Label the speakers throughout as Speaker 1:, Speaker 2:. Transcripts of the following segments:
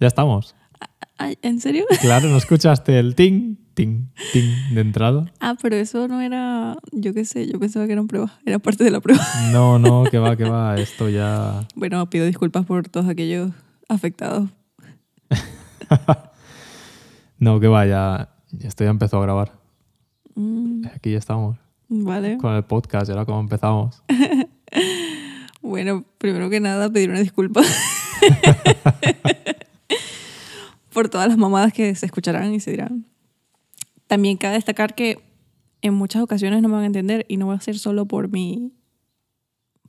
Speaker 1: Ya estamos.
Speaker 2: Ay, ¿En serio?
Speaker 1: Claro, ¿no escuchaste el ting, ting, ting de entrada?
Speaker 2: Ah, pero eso no era, yo qué sé, yo pensaba que eran pruebas, era parte de la prueba.
Speaker 1: No, no, que va, que va. Esto ya.
Speaker 2: Bueno, pido disculpas por todos aquellos afectados.
Speaker 1: No, que va, ya. Esto ya empezó a grabar.
Speaker 2: Mm,
Speaker 1: Aquí ya estamos.
Speaker 2: vale.
Speaker 1: Con el podcast, era como empezamos.
Speaker 2: Bueno, primero que nada, pedir una disculpa. por todas las mamadas que se escucharán y se dirán. También cabe destacar que en muchas ocasiones no me van a entender y no va a ser solo por mi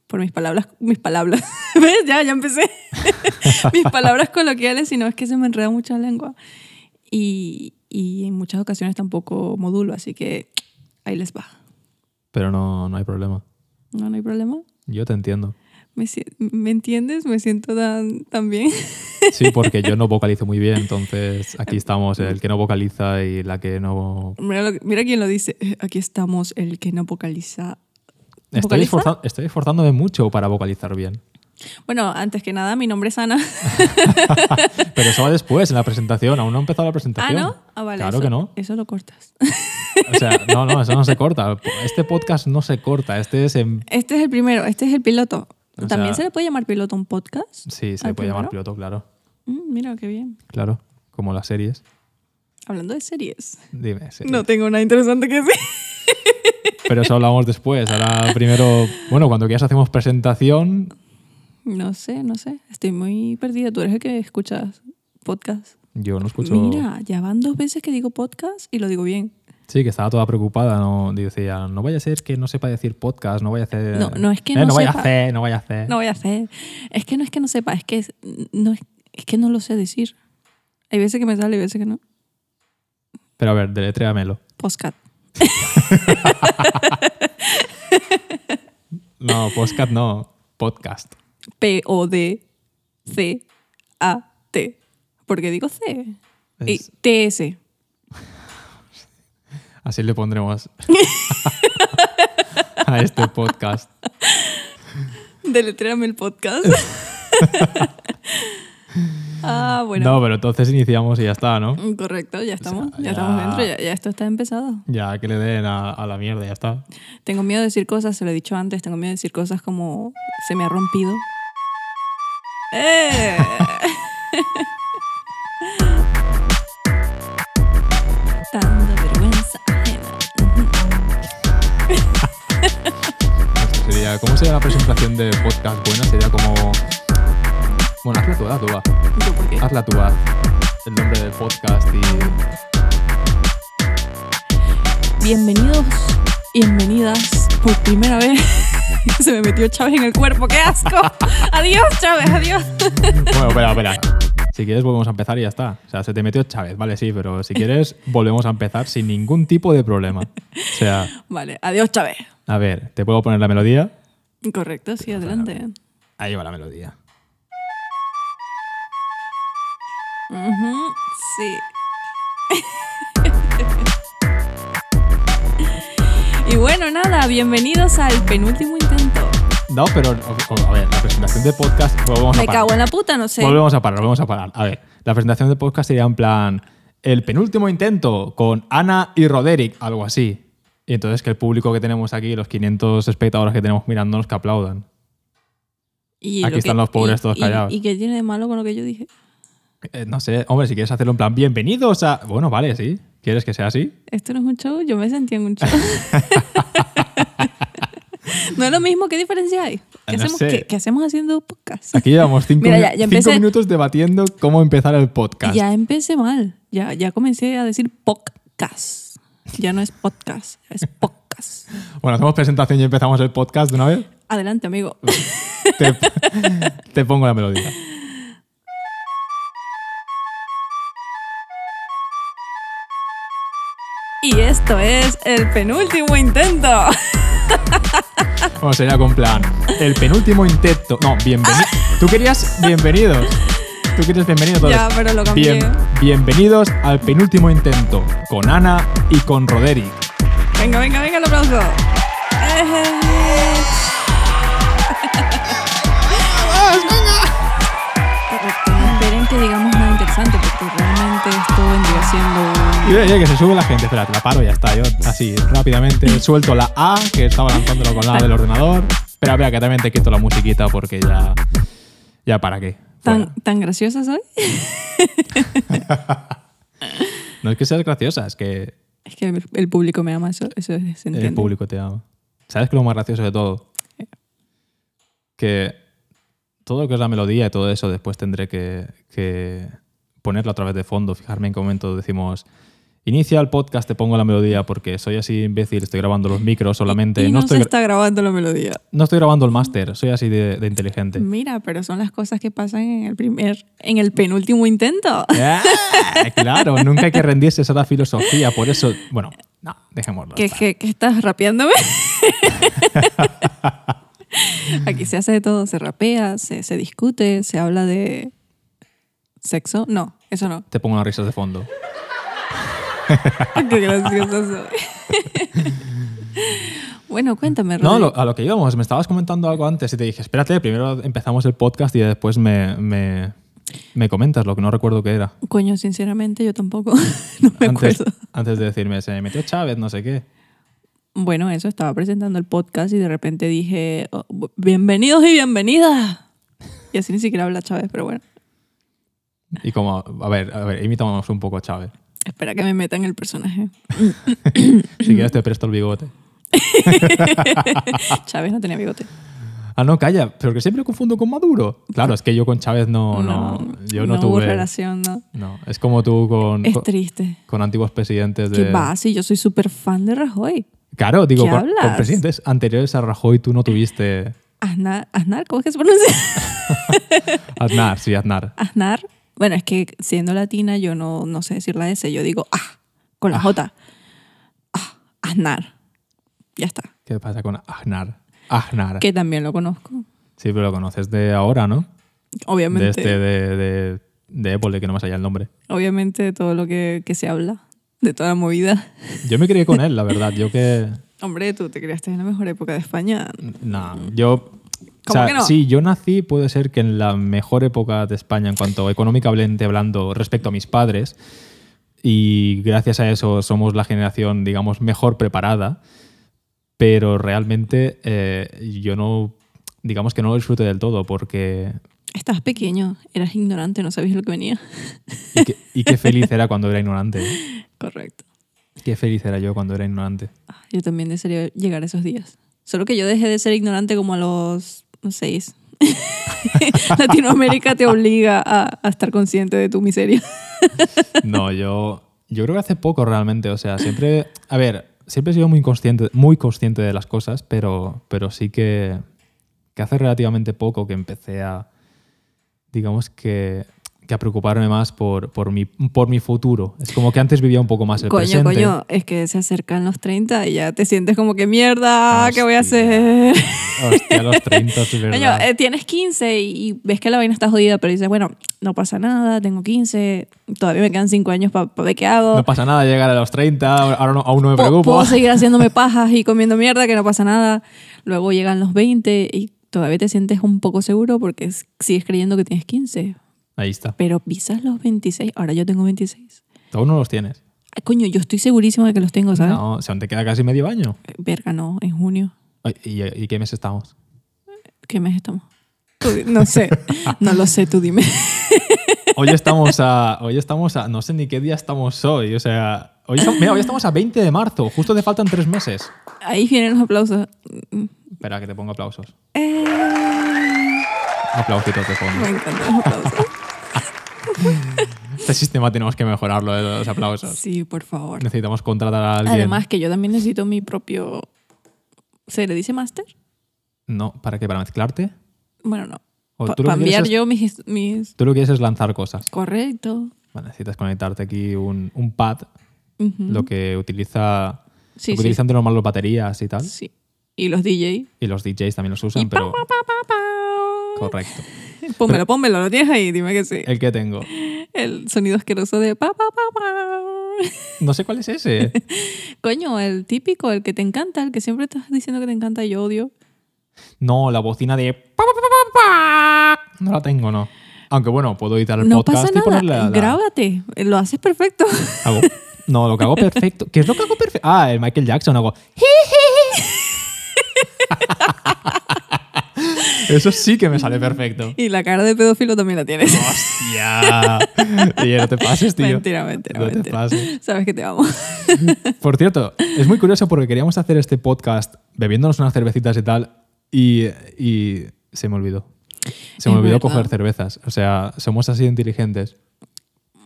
Speaker 2: por mis palabras, mis palabras. ¿Ves? Ya, ya empecé. mis palabras coloquiales, sino es que se me enreda mucho la lengua. Y, y en muchas ocasiones tampoco modulo, así que ahí les va.
Speaker 1: Pero no, no hay problema.
Speaker 2: No, no hay problema.
Speaker 1: Yo te entiendo.
Speaker 2: ¿Me, si- me entiendes? Me siento tan, tan bien.
Speaker 1: Sí, porque yo no vocalizo muy bien, entonces aquí estamos, el que no vocaliza y la que no.
Speaker 2: Mira, lo que- mira quién lo dice. Eh, Aquí estamos, el que no vocaliza.
Speaker 1: Estoy,
Speaker 2: ¿Vocaliza?
Speaker 1: esforza- estoy esforzándome mucho para vocalizar bien.
Speaker 2: Bueno, antes que nada, mi nombre es Ana.
Speaker 1: Pero eso va después, en la presentación. Aún no ha empezado la
Speaker 2: ah,
Speaker 1: presentación.
Speaker 2: ¿no? Ah, vale.
Speaker 1: Claro
Speaker 2: eso-
Speaker 1: que no.
Speaker 2: Eso lo cortas.
Speaker 1: O sea, no, no, eso no se corta. Este podcast no se corta. Este es en...
Speaker 2: Este es el primero, este es el piloto.
Speaker 1: O
Speaker 2: ¿También
Speaker 1: sea-
Speaker 2: se le puede llamar piloto a un podcast?
Speaker 1: Sí, se
Speaker 2: ¿Al
Speaker 1: puede llamar
Speaker 2: primero?
Speaker 1: piloto, claro.
Speaker 2: Mm, mira, qué bien.
Speaker 1: Claro, como las series.
Speaker 2: Hablando de series.
Speaker 1: Dime, sí.
Speaker 2: No tengo nada interesante que decir.
Speaker 1: Pero eso hablamos después. Ahora primero, bueno, cuando quieras hacemos presentación.
Speaker 2: No sé, no sé. Estoy muy perdida. Tú eres el que escuchas podcast.
Speaker 1: Yo no escucho...
Speaker 2: Mira, ya van dos veces que digo podcast y lo digo bien.
Speaker 1: Sí, que estaba toda preocupada. No, decía, no vaya a ser que no sepa decir podcast, no vaya a hacer...
Speaker 2: No, no es que
Speaker 1: Eh,
Speaker 2: no
Speaker 1: vaya
Speaker 2: sepa.
Speaker 1: a hacer, no vaya a hacer.
Speaker 2: No voy a hacer. Es que no es que no sepa, es que es- no, es, es que no lo sé decir. Hay veces que me sale y veces que no.
Speaker 1: Pero a ver, deletréamelo.
Speaker 2: Postcat.
Speaker 1: No, podcast no. Podcast.
Speaker 2: P-O-D-C-A-T. Porque digo C. Y
Speaker 1: Es-
Speaker 2: T-S.
Speaker 1: Así le pondremos a este podcast.
Speaker 2: Deletrérame el podcast. ah, bueno.
Speaker 1: No, pero entonces iniciamos y ya está, ¿no?
Speaker 2: Correcto, ya estamos.
Speaker 1: sea,
Speaker 2: ya,
Speaker 1: ya-
Speaker 2: estamos dentro, ya, ya esto está empezado.
Speaker 1: Ya que le den a, a la mierda, ya está.
Speaker 2: Tengo miedo de decir cosas, se lo he dicho antes, tengo miedo de decir cosas como se me ha rompido. ¡Eh! Dando vergüenza. ajena.
Speaker 1: Eso sería, ¿Cómo sería la presentación de podcast buena? Sería como. Bueno, hazla tú, hazla tú, va.
Speaker 2: ¿Yo por qué?
Speaker 1: Hazla tú, va. El nombre del podcast y.
Speaker 2: Bienvenidos y bienvenidas por primera vez. se me metió Chávez en el cuerpo, ¡qué asco! adiós, Chávez, adiós.
Speaker 1: Bueno, espera, espera. Si quieres, volvemos a empezar y ya está. O sea, se te metió Chávez, vale, sí, pero si quieres, volvemos a empezar sin ningún tipo de problema. O sea,
Speaker 2: Vale, adiós, Chávez.
Speaker 1: a ver, ¿te puedo poner la melodía?
Speaker 2: Correcto, sí, adelante.
Speaker 1: Ahí va la melodía.
Speaker 2: Ujú, Sí. y bueno, nada, bienvenidos al penúltimo intento.
Speaker 1: No, pero. o- o- A ver, la presentación de podcast. Volvemos a
Speaker 2: Me
Speaker 1: parar.
Speaker 2: cago en la puta, no sé.
Speaker 1: Volvemos a parar, volvemos a parar. A ver, la presentación de podcast sería en plan el penúltimo intento con Ana y Roderick, algo así. Y entonces que el público que tenemos aquí, los 500 espectadores que tenemos mirándonos, que aplaudan.
Speaker 2: Y
Speaker 1: Aquí
Speaker 2: lo
Speaker 1: están los pobres todos
Speaker 2: y-
Speaker 1: callados.
Speaker 2: ¿Y, qué tiene de malo con lo que yo dije?
Speaker 1: Eh, no sé, hombre, si quieres hacerlo en plan, bienvenidos a... Bueno, vale, sí. ¿Quieres que sea así?
Speaker 2: Esto no es un show, yo me sentí en un show. no es lo mismo, ¿qué diferencia hay? ¿Qué,
Speaker 1: No
Speaker 2: hacemos,
Speaker 1: sé.
Speaker 2: qué- qué hacemos haciendo podcast?
Speaker 1: Aquí llevamos 5
Speaker 2: Mira, ya- ya empecé-
Speaker 1: minutos debatiendo cómo empezar el podcast.
Speaker 2: Ya empecé mal, ya, ya comencé a decir podcast. Ya no es podcast, es podcast.
Speaker 1: Bueno, hacemos presentación y empezamos el podcast de una vez.
Speaker 2: Adelante, amigo.
Speaker 1: Te, te pongo la melodía.
Speaker 2: Y esto es el penúltimo intento.
Speaker 1: O sería con plan, el penúltimo intento. No, bienvenido. Tú querías bienvenidos. Tú querías bienvenidos.
Speaker 2: Ya, pero lo cambié.
Speaker 1: bienvenidos al penúltimo intento con Ana y con Roderick.
Speaker 2: Venga, venga, venga el aplauso. Correcto, no esperen que digamos nada
Speaker 1: Y
Speaker 2: diciendo.
Speaker 1: oye, que se sube la gente, espera, te la paro y ya está. Yo así rápidamente suelto la A, que estaba lanzándolo con la A del ordenador. Espera, espera, que también te quito la musiquita porque ya. Ya para qué. Fuera.
Speaker 2: ¿Tan, tan graciosa soy?
Speaker 1: No es que seas graciosa, es que
Speaker 2: Es que el, el público me ama, eso, eso es- se entiende.
Speaker 1: el público te ama. ¿Sabes qué es lo más gracioso de todo?
Speaker 2: Eh.
Speaker 1: Que todo lo que es la melodía y todo eso, después tendré que, que ponerlo a través de fondo, fijarme en qué momento decimos. Inicia el podcast, te pongo la melodía porque soy así imbécil, estoy grabando los micros solamente.
Speaker 2: Y no,
Speaker 1: no estoy
Speaker 2: se
Speaker 1: gra-
Speaker 2: está grabando la melodía.
Speaker 1: No estoy grabando el máster, soy así de, de inteligente.
Speaker 2: Mira, pero son las cosas que pasan en el primer, en el penúltimo intento.
Speaker 1: Ah, claro, nunca hay que rendirse esa es la filosofía, por eso, bueno, no, dejémoslo.
Speaker 2: ¿Qué, qué, qué estás rapeándome? Aquí se hace de todo, se rapea, se, se discute, se habla de sexo. No, eso no.
Speaker 1: Te pongo unas risas de fondo.
Speaker 2: Qué gracioso soy. bueno, cuéntame,
Speaker 1: No,
Speaker 2: Rodri.
Speaker 1: lo- a lo que íbamos, me estabas comentando algo antes y te dije, espérate, primero empezamos el podcast y después me, me, me comentas lo que no recuerdo qué era.
Speaker 2: Coño, sinceramente, yo tampoco. no me
Speaker 1: Antes,
Speaker 2: acuerdo.
Speaker 1: antes de decirme, se me metió Chávez, no sé qué.
Speaker 2: Bueno, eso, estaba presentando el podcast y de repente dije, "Oh, bu- bienvenidos y bienvenidas. Y así ni siquiera habla Chávez, pero bueno,
Speaker 1: Y como, a ver, a ver, imitamos un poco a Chávez.
Speaker 2: espera que me metan el personaje.
Speaker 1: Si quieres te presto el bigote.
Speaker 2: Chávez no tenía bigote.
Speaker 1: Ah, no, calla, pero que siempre lo confundo con Maduro. Claro, es que yo con Chávez no, no, yo no,
Speaker 2: hubo
Speaker 1: tuve...
Speaker 2: relación, no.
Speaker 1: No, es como tú con,
Speaker 2: Es
Speaker 1: con,
Speaker 2: triste.
Speaker 1: con antiguos presidentes de...
Speaker 2: Este- ¿Qué va? Sí, yo soy súper fan de Rajoy.
Speaker 1: Claro, digo,
Speaker 2: ¿Qué
Speaker 1: con, con
Speaker 2: hablas?
Speaker 1: presidentes anteriores a Rajoy tú no tuviste...
Speaker 2: Aznar, Aznar, ¿cómo es que se pronuncia?
Speaker 1: Aznar, sí, Aznar.
Speaker 2: Aznar. Bueno, es que siendo latina yo no, no sé decir la S, yo digo ah, con la J. Ah, Aznar. Ya está.
Speaker 1: ¿Qué pasa con Aznar? Aznar.
Speaker 2: Que también lo conozco,
Speaker 1: Sí, pero lo conoces de ahora, ¿no?
Speaker 2: obviamente.
Speaker 1: De este, de, de, de Ébole, que no me salía el nombre.
Speaker 2: Obviamente de todo lo que, que se habla, de toda la movida.
Speaker 1: Yo me crié con él, la verdad. Yo que...
Speaker 2: Hombre, tú te creaste en la mejor época de España.
Speaker 1: No, yo... O
Speaker 2: ¿Cómo
Speaker 1: sea,
Speaker 2: que no?
Speaker 1: sí, yo nací, puede ser que en la mejor época de España en cuanto económicamente hablando respecto a mis padres, y gracias a eso somos la generación, digamos, mejor preparada, pero realmente eh, yo no, digamos que no lo disfruté del todo, porque...
Speaker 2: Estabas pequeño, eras ignorante, no sabías lo que venía.
Speaker 1: Y qué, y qué feliz era cuando era ignorante. ¿eh?
Speaker 2: Correcto.
Speaker 1: Qué feliz era yo cuando era ignorante.
Speaker 2: Ah, Yo también desearía llegar a esos días. Solo que yo dejé de ser ignorante como a los no, seis. Latinoamérica te obliga a, a estar consciente de tu miseria.
Speaker 1: No, yo, yo creo que hace poco realmente. O sea, siempre. A ver, siempre he sido muy consciente, muy consciente de las cosas, pero, pero sí que, que hace relativamente poco que empecé a. Digamos que, que a preocuparme más por, por, mi, por mi futuro. Es como que antes vivía un poco más el
Speaker 2: coño,
Speaker 1: presente.
Speaker 2: coño, es que se acercan los 30 y ya te sientes como que mierda, ¿qué voy a
Speaker 1: Hostia.
Speaker 2: hacer?
Speaker 1: Hostia, los 30, es verdad.
Speaker 2: Coño, eh, tienes 15 y y ves que la vaina está jodida, pero dices, bueno, no pasa nada, tengo 15, todavía me quedan 5 años para ver qué hago.
Speaker 1: no pasa nada llegar a los 30, ahora no- aún no me
Speaker 2: Po-
Speaker 1: preocupo.
Speaker 2: Puedo seguir haciéndome pajas y comiendo mierda, que no pasa nada. Luego llegan los 20 y todavía te sientes un poco seguro porque s- sigues creyendo que tienes 15.
Speaker 1: Ahí está.
Speaker 2: Pero pisas los 26, ahora yo tengo 26.
Speaker 1: Aún no los tienes.
Speaker 2: Ay, coño, yo estoy segurísima de que los tengo, ¿sabes? Eh,
Speaker 1: No, o sea, aún te queda casi medio año.
Speaker 2: Verga, no, en junio.
Speaker 1: Ay, ¿Y, y qué mes estamos?
Speaker 2: ¿Qué mes estamos? Tú di- No sé, no lo sé, tú dime.
Speaker 1: Hoy estamos a. Hoy estamos a. No sé ni qué día estamos hoy. O sea. Hoy estamos, mira, hoy estamos a 20 de marzo. Justo te faltan tres meses.
Speaker 2: Ahí vienen los aplausos. Mm,
Speaker 1: Espera, que te pongo aplausos.
Speaker 2: Eh,
Speaker 1: Aplausitos de fondo.
Speaker 2: me encantan los aplausos.
Speaker 1: Este sistema tenemos que mejorarlo de los aplausos.
Speaker 2: Sí, por favor.
Speaker 1: Necesitamos contratar a alguien.
Speaker 2: Además que yo también necesito mi propio... ¿Se le dice máster?
Speaker 1: No, ¿para qué? ¿Para mezclarte?
Speaker 2: Bueno, no.
Speaker 1: O
Speaker 2: Para
Speaker 1: tú lo que
Speaker 2: enviar
Speaker 1: quieres es-
Speaker 2: yo mis, mis...
Speaker 1: Tú lo que quieres es lanzar cosas.
Speaker 2: Correcto.
Speaker 1: Bueno, necesitas conectarte aquí un, un pad, lo que utiliza.
Speaker 2: Sí,
Speaker 1: lo
Speaker 2: sí.
Speaker 1: que utilizan de normal las baterías y tal.
Speaker 2: Sí. Y los DJ.
Speaker 1: Y los DJs también los usan, pero. Correcto.
Speaker 2: Pónmelo, pónmelo, lo tienes ahí, dime que sí.
Speaker 1: El que tengo.
Speaker 2: El sonido asqueroso de pa, pa, pa, pa.
Speaker 1: No sé cuál es ese.
Speaker 2: Coño, el típico, el que te encanta, el que siempre estás diciendo que te encanta y yo odio.
Speaker 1: No, la bocina de... pa, pa, pa, pa, pa. No la tengo, no. Aunque bueno, puedo editar el
Speaker 2: no
Speaker 1: podcast
Speaker 2: pasa
Speaker 1: y ponerle
Speaker 2: nada.
Speaker 1: la- la-
Speaker 2: Grábate. Lo haces perfecto.
Speaker 1: hago- No, lo que hago perfecto. ¿Qué es lo que hago perfecto? Ah, el Michael Jackson hago. Eso sí que me sale perfecto.
Speaker 2: y la cara de pedófilo también la tienes.
Speaker 1: ¡Hostia! Oye, no te pases, tío.
Speaker 2: mentira, mentira,
Speaker 1: No te
Speaker 2: mentira.
Speaker 1: pases.
Speaker 2: Sabes que te amo.
Speaker 1: Por cierto, es muy curioso porque queríamos hacer este podcast bebiéndonos unas cervecitas y tal, y, y se me olvidó. Se me
Speaker 2: Es
Speaker 1: olvidó
Speaker 2: verdad.
Speaker 1: coger cervezas. O sea, somos así de inteligentes.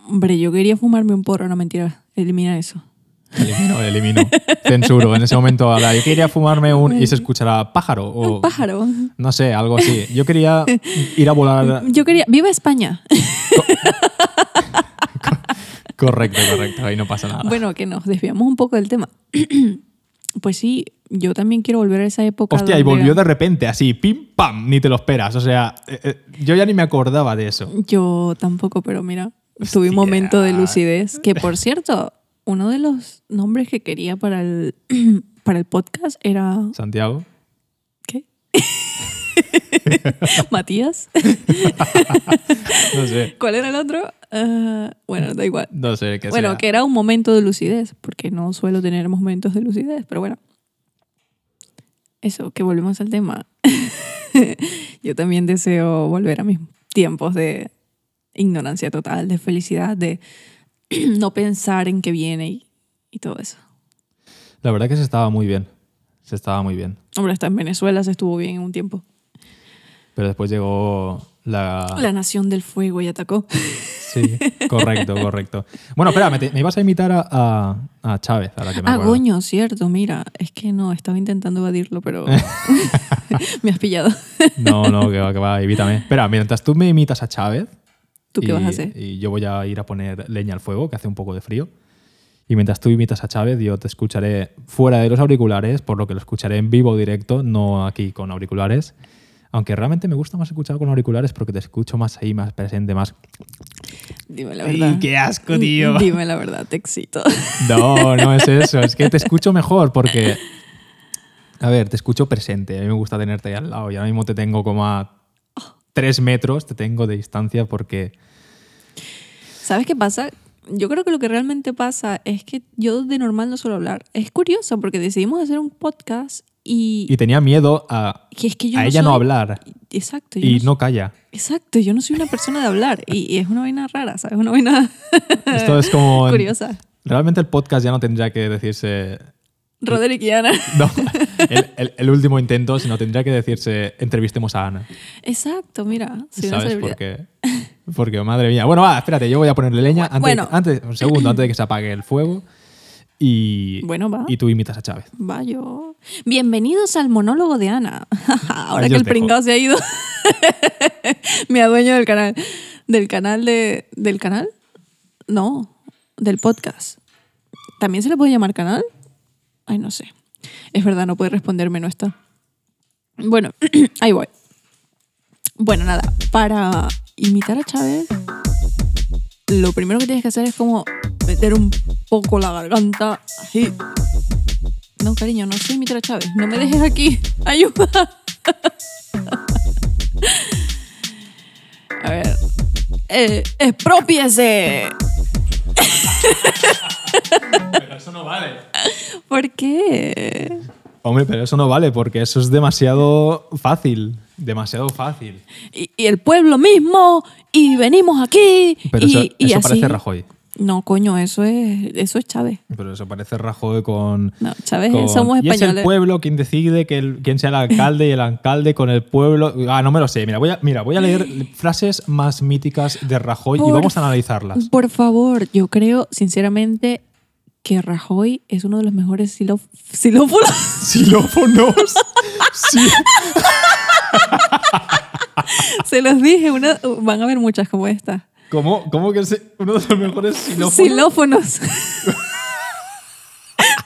Speaker 2: Hombre, yo quería fumarme un porro, no mentira. Elimina eso.
Speaker 1: Elimino, elimino. Censuro. En ese momento, a la, yo quería fumarme un. y se escuchará pájaro o.
Speaker 2: Un pájaro.
Speaker 1: No sé, algo así. Yo quería ir a volar.
Speaker 2: Yo quería. ¡Viva España!
Speaker 1: Correcto, correcto. Ahí no pasa nada.
Speaker 2: bueno, que nos desviamos un poco del tema. pues sí, yo también quiero volver a esa época.
Speaker 1: Hostia, y
Speaker 2: donde
Speaker 1: volvió de repente, así, pim, pam, ni te lo esperas. O sea, eh, eh, yo ya ni me acordaba de
Speaker 2: Mm.
Speaker 1: eso.
Speaker 2: Yo tampoco, pero mira, tuve
Speaker 1: Hostia.
Speaker 2: un momento de lucidez. Que por cierto, uno de los nombres que quería para el, para el podcast era.
Speaker 1: Santiago.
Speaker 2: ¿Qué? ¿Matías?
Speaker 1: No sé.
Speaker 2: ¿Cuál era el otro? Ah, bueno, da igual.
Speaker 1: No sé qué
Speaker 2: bueno,
Speaker 1: sea.
Speaker 2: que era un momento de lucidez, porque no suelo tener momentos de lucidez, pero bueno. Eso, que volvemos al tema. Yo también deseo volver a mis tiempos de ignorancia total, de felicidad, de no pensar en qué viene y, y todo eso.
Speaker 1: La verdad que se estaba muy bien. Se estaba muy bien.
Speaker 2: Hombre, hasta en Venezuela se estuvo bien en un tiempo.
Speaker 1: Pero después llegó la.
Speaker 2: La nación del fuego y atacó.
Speaker 1: Ah. Sí, correcto, correcto. Bueno, espera, me, te- me ibas a imitar a, a, a Chávez, ahora que me
Speaker 2: Ah,
Speaker 1: acuerdo.
Speaker 2: coño, cierto, mira, es que no, estaba intentando evadirlo, pero me has pillado.
Speaker 1: No, no, que va, que va, evítame. Espera, mientras tú me imitas a Chávez.
Speaker 2: ¿Tú qué
Speaker 1: y-
Speaker 2: vas a hacer?
Speaker 1: Y yo voy a ir a poner leña al fuego, que hace un poco de frío. Y mientras tú imitas a Chávez, yo te escucharé fuera de los auriculares, por lo que lo escucharé en vivo directo, no aquí con auriculares. Aunque realmente me gusta más escuchar con auriculares porque te escucho más ahí, más presente, más.
Speaker 2: Dime la
Speaker 1: ¡Ay,
Speaker 2: verdad.
Speaker 1: qué asco, tío!
Speaker 2: Dime la verdad, te excito.
Speaker 1: No, no es eso. Es que te escucho mejor porque. A ver, te escucho presente. A mí me gusta tenerte ahí al lado. Y ahora mismo te tengo como a tres metros, te tengo de distancia porque.
Speaker 2: ¿Sabes qué pasa? Yo creo que lo que realmente pasa es que yo de normal no suelo hablar. Es curioso porque decidimos hacer un podcast y,
Speaker 1: Y tenía miedo a,
Speaker 2: que es que yo
Speaker 1: a ella no
Speaker 2: soy-
Speaker 1: hablar.
Speaker 2: Exacto. yo
Speaker 1: Y
Speaker 2: no
Speaker 1: no calla.
Speaker 2: soy- Exacto, yo no soy una persona de hablar y, y es una vaina rara, ¿sabes? Una vaina
Speaker 1: Esto es como.
Speaker 2: curiosa.
Speaker 1: Realmente el podcast ya no tendría que decirse.
Speaker 2: Roderick y Ana.
Speaker 1: No, el, el- el último intento, sino tendría que decirse entrevistemos a Ana.
Speaker 2: Exacto, mira, soy una
Speaker 1: ¿Sabes por
Speaker 2: celebridad.
Speaker 1: qué? Porque, madre mía. Bueno, va, espérate, yo voy a ponerle leña antes,
Speaker 2: Bueno.
Speaker 1: antes- un segundo antes de que se apague el fuego. Y,
Speaker 2: Bueno, va.
Speaker 1: y tú imitas a Chávez.
Speaker 2: Va, yo. Bienvenidos al monólogo de Ana. Ahora
Speaker 1: Ahí
Speaker 2: que
Speaker 1: os
Speaker 2: el
Speaker 1: dejo.
Speaker 2: pringao se ha ido, me adueño del canal. ¿Del canal de. ¿Del canal? No, del podcast. ¿También se le puede llamar canal? Ay, no sé. Es verdad, no puede responderme, no está. Bueno, ahí voy. Bueno, nada, para imitar a Chávez, lo primero que tienes que hacer es como meter un poco la garganta así. No, cariño, no soy Mitra Chávez. No me dejes aquí. Ayuda. A ver. Eh, expropiese.
Speaker 1: Pero eso no vale.
Speaker 2: ¿Por qué?
Speaker 1: Hombre, pero eso no vale porque eso es demasiado fácil. Demasiado fácil.
Speaker 2: Y, y el pueblo mismo. Y venimos aquí.
Speaker 1: Pero
Speaker 2: y,
Speaker 1: eso,
Speaker 2: y
Speaker 1: eso
Speaker 2: así.
Speaker 1: parece Rajoy.
Speaker 2: No, coño, eso es, eso es Chávez.
Speaker 1: Pero eso parece Rajoy con.
Speaker 2: No, Chávez,
Speaker 1: con-
Speaker 2: somos
Speaker 1: y es el
Speaker 2: españoles.
Speaker 1: pueblo quien decide que el- quién sea el alcalde y el alcalde con el pueblo. Ah, no me lo sé. Mira, voy a, mira, voy a leer frases más míticas de Rajoy y
Speaker 2: Por
Speaker 1: vamos a analizarlas.
Speaker 2: Por favor, yo creo sinceramente que Rajoy es uno de los mejores xilo- xilófonos.
Speaker 1: Xilófonos. Sí.
Speaker 2: Se los dije, una, van a haber muchas como esta.
Speaker 1: ¿Cómo, cómo que es uno de los mejores xilófonos?
Speaker 2: Xilófonos.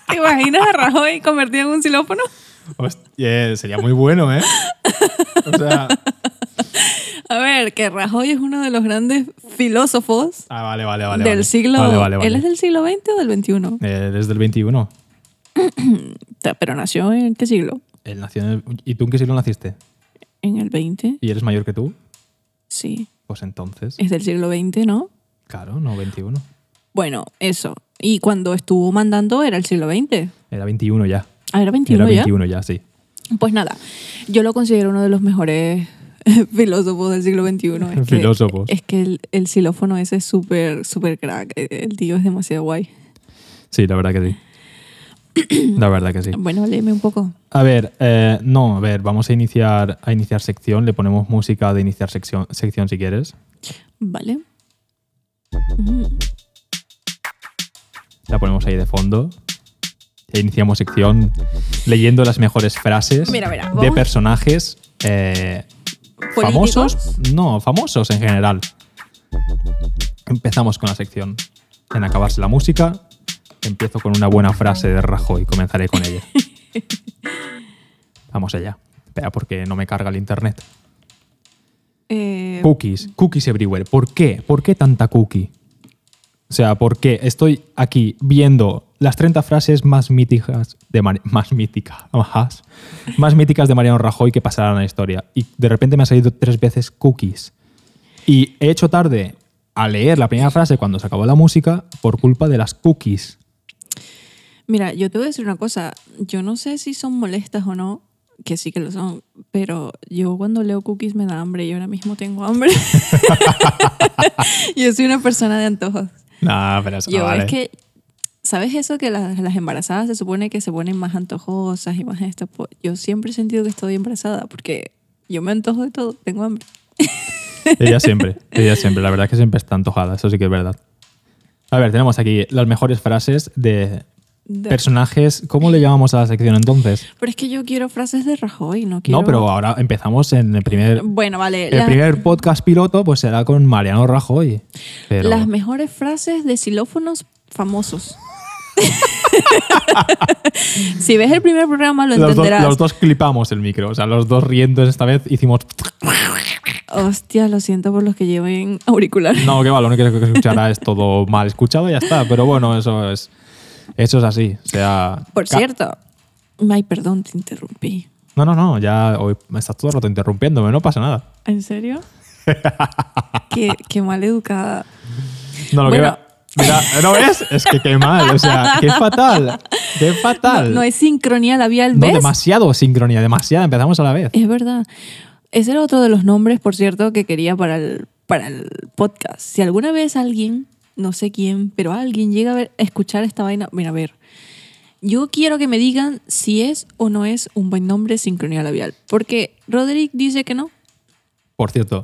Speaker 2: ¿Te imaginas a Rajoy convertido en un xilófono?
Speaker 1: Hostia, sería muy bueno, ¿eh? O sea.
Speaker 2: A ver, que Rajoy es uno de los grandes filósofos
Speaker 1: Ah, vale, vale, vale.
Speaker 2: del
Speaker 1: vale.
Speaker 2: siglo...
Speaker 1: Vale, vale,
Speaker 2: ¿Él
Speaker 1: vale.
Speaker 2: es del siglo XX o del XXI?
Speaker 1: Eh, desde el 21.
Speaker 2: Ta- Pero nació en qué siglo?
Speaker 1: Él nació en el- ¿Y tú en qué siglo naciste?
Speaker 2: ¿En el 20?
Speaker 1: ¿Y eres mayor que tú?
Speaker 2: Sí.
Speaker 1: Pues entonces,
Speaker 2: Es del siglo XX, ¿no?
Speaker 1: claro, no 21.
Speaker 2: Bueno, eso. Y cuando estuvo mandando era el siglo XX.
Speaker 1: Era 21 ya.
Speaker 2: Ah, era
Speaker 1: Era
Speaker 2: 21 ya.
Speaker 1: 21 ya, sí.
Speaker 2: Pues nada, yo lo considero uno de los mejores filósofos del siglo XXI. Es que-
Speaker 1: Filósofos.
Speaker 2: Es que el, el xilófono ese es súper, súper crack. El- El tío es demasiado guay.
Speaker 1: Sí, la verdad que sí. La verdad que sí.
Speaker 2: Bueno, léeme un poco.
Speaker 1: A ver, eh, no, a ver, vamos a iniciar, a iniciar sección. Le ponemos música de iniciar sección, sección si quieres.
Speaker 2: ¿Vale? Mm,
Speaker 1: La ponemos ahí de fondo. E iniciamos sección leyendo las mejores frases
Speaker 2: Mira, mira,
Speaker 1: de
Speaker 2: vamos-
Speaker 1: personajes eh,
Speaker 2: ¿Políticos?
Speaker 1: famosos. No, famosos en general. Empezamos con la sección. En acabarse la música, empiezo con una buena frase de Rajoy. Comenzaré con ella. Vamos allá. Espera, porque no me carga el internet.
Speaker 2: eh,
Speaker 1: Cookies, cookies everywhere. ¿Por qué? ¿Por qué tanta cookie? O sea, ¿por qué estoy aquí viendo las 30 frases más míticas de Mari- más mítica, más, más míticas de Mariano Rajoy que pasarán a la historia y de repente me han salido tres veces cookies y he hecho tarde a leer la primera frase cuando se acabó la música por culpa de las cookies.
Speaker 2: Mira, yo te voy a decir una cosa. Yo no sé si son molestas o no, que sí que lo son, pero yo cuando leo cookies me da hambre y ahora mismo tengo hambre. yo soy una persona de antojos.
Speaker 1: No, pero eso
Speaker 2: Yo
Speaker 1: no vale.
Speaker 2: es que, ¿sabes eso que las, las embarazadas se supone que se ponen más antojosas y más esto? Pues, Yo siempre he sentido que estoy embarazada porque yo me antojo de todo, tengo hambre.
Speaker 1: Ella siempre, ella siempre. La verdad es que siempre está antojada, eso sí que es verdad. A ver, tenemos aquí las mejores frases de
Speaker 2: De-
Speaker 1: personajes. ¿Cómo le llamamos a la sección entonces?
Speaker 2: pero es que yo quiero frases de Rajoy, no quiero...
Speaker 1: No, pero ahora empezamos en el primer,
Speaker 2: Bueno, vale.
Speaker 1: el
Speaker 2: la-
Speaker 1: primer podcast piloto, pues será con Mariano Rajoy. Pero
Speaker 2: Las mejores frases de xilófonos famosos. si ves el primer programa lo
Speaker 1: los, dos,
Speaker 2: entenderás.
Speaker 1: los dos clipamos el micro, o sea, los dos riendo esta vez hicimos...
Speaker 2: Hostia, lo siento por los que lleven auriculares.
Speaker 1: No, qué va, lo único que se escuchará es todo mal escuchado y ya está. Pero bueno, eso es, eso es así. O sea,
Speaker 2: Por
Speaker 1: ca-
Speaker 2: cierto. Ay, perdón, te interrumpí.
Speaker 1: No, no, no, ya hoy me estás todo el rato interrumpiéndome, no pasa nada.
Speaker 2: ¿En serio? qué, qué mal educada.
Speaker 1: No, lo
Speaker 2: Bueno.
Speaker 1: que iba- Mira, ¿no ves? Es que qué mal, o sea, qué fatal, qué
Speaker 2: No,
Speaker 1: fatal.
Speaker 2: no hay sincronía labial,
Speaker 1: No,
Speaker 2: ¿ves?
Speaker 1: demasiado sincronía, demasiada, empezamos a la vez.
Speaker 2: Es verdad. Ese era otro de los nombres, por cierto, que quería para el, para el podcast. Si alguna vez alguien, no sé quién, pero alguien llega a, ver- a escuchar esta vaina, mira, a ver. Yo quiero que me digan si es o no es un buen nombre sincronía labial. Porque Roderick dice que no.
Speaker 1: Por cierto,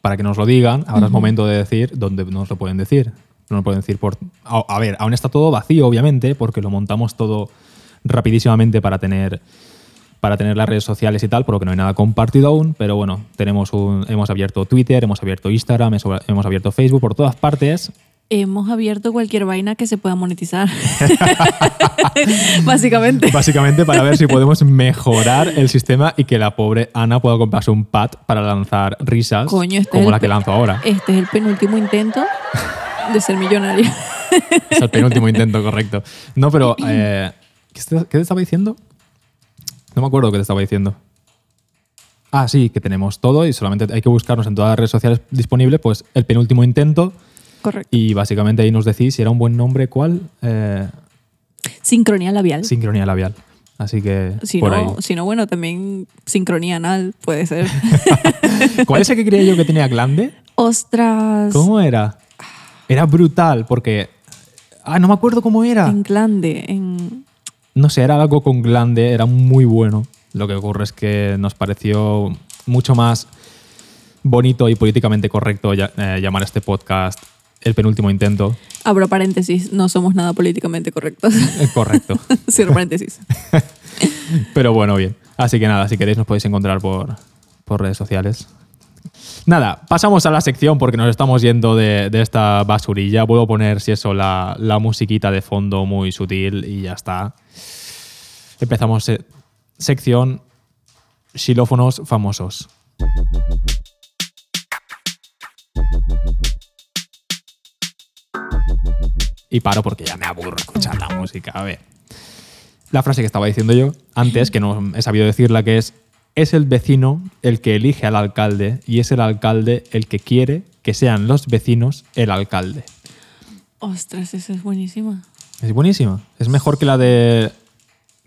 Speaker 1: para que nos lo digan, ahora es momento de decir dónde nos lo pueden decir. No lo pueden decir por... A, a ver, aún está todo vacío, obviamente, porque lo montamos todo rapidísimamente para tener para tener las redes sociales y tal, por lo que no hay nada compartido aún, pero bueno, tenemos un, hemos abierto Twitter, hemos abierto Instagram, hemos- hemos abierto Facebook, por todas partes,
Speaker 2: Hemos abierto cualquier vaina que se pueda monetizar. Básicamente.
Speaker 1: Básicamente para ver si podemos mejorar el sistema y que la pobre Ana pueda comprarse un pad para lanzar risas
Speaker 2: Coño, este es
Speaker 1: Pues, como
Speaker 2: el
Speaker 1: la que
Speaker 2: pe-
Speaker 1: lanzo ahora.
Speaker 2: Este es el penúltimo intento de ser millonario.
Speaker 1: Es el penúltimo intento, correcto. No, pero... eh, ¿qué, te, qué te estaba diciendo? No me acuerdo qué te estaba diciendo. Ah, sí, que tenemos todo y solamente hay que buscarnos en todas las redes sociales disponibles, pues el penúltimo intento
Speaker 2: Correcto.
Speaker 1: y básicamente ahí nos decís si era un buen nombre, cuál eh,
Speaker 2: Sincronía labial.
Speaker 1: sincronía labial. Así que
Speaker 2: Si
Speaker 1: por
Speaker 2: no, si no, bueno, también sincronía anal puede ser.
Speaker 1: ahí. ¿Cuál es el que creía yo que tenía glande?
Speaker 2: Ostras,
Speaker 1: ¿Cómo era? Era brutal porque... Ah, no me acuerdo cómo era.
Speaker 2: en glande, en...
Speaker 1: No sé, era algo con glande, era muy bueno. Lo que ocurre es que nos pareció mucho más bonito y políticamente correcto ya- eh, llamar a este podcast el penúltimo intento.
Speaker 2: Abro paréntesis, no somos nada políticamente correctos.
Speaker 1: Eh, correcto.
Speaker 2: Cierro paréntesis.
Speaker 1: Pero bueno, bien. Así que nada, si queréis nos podéis encontrar por, por redes sociales. Nada, pasamos a la sección porque nos estamos yendo de, de esta basurilla. Vuelvo a poner, si eso, la, la musiquita de fondo muy sutil y ya está. Empezamos eh, sección xilófonos famosos. Y paro porque ya me aburro escuchar la música. A ver la frase que estaba diciendo yo antes, que no he sabido decirla, que es es el vecino el que elige al alcalde y es el alcalde el que quiere que sean los vecinos el alcalde.
Speaker 2: Ostras, esa es buenísima.
Speaker 1: Es buenísima. Es mejor que la de.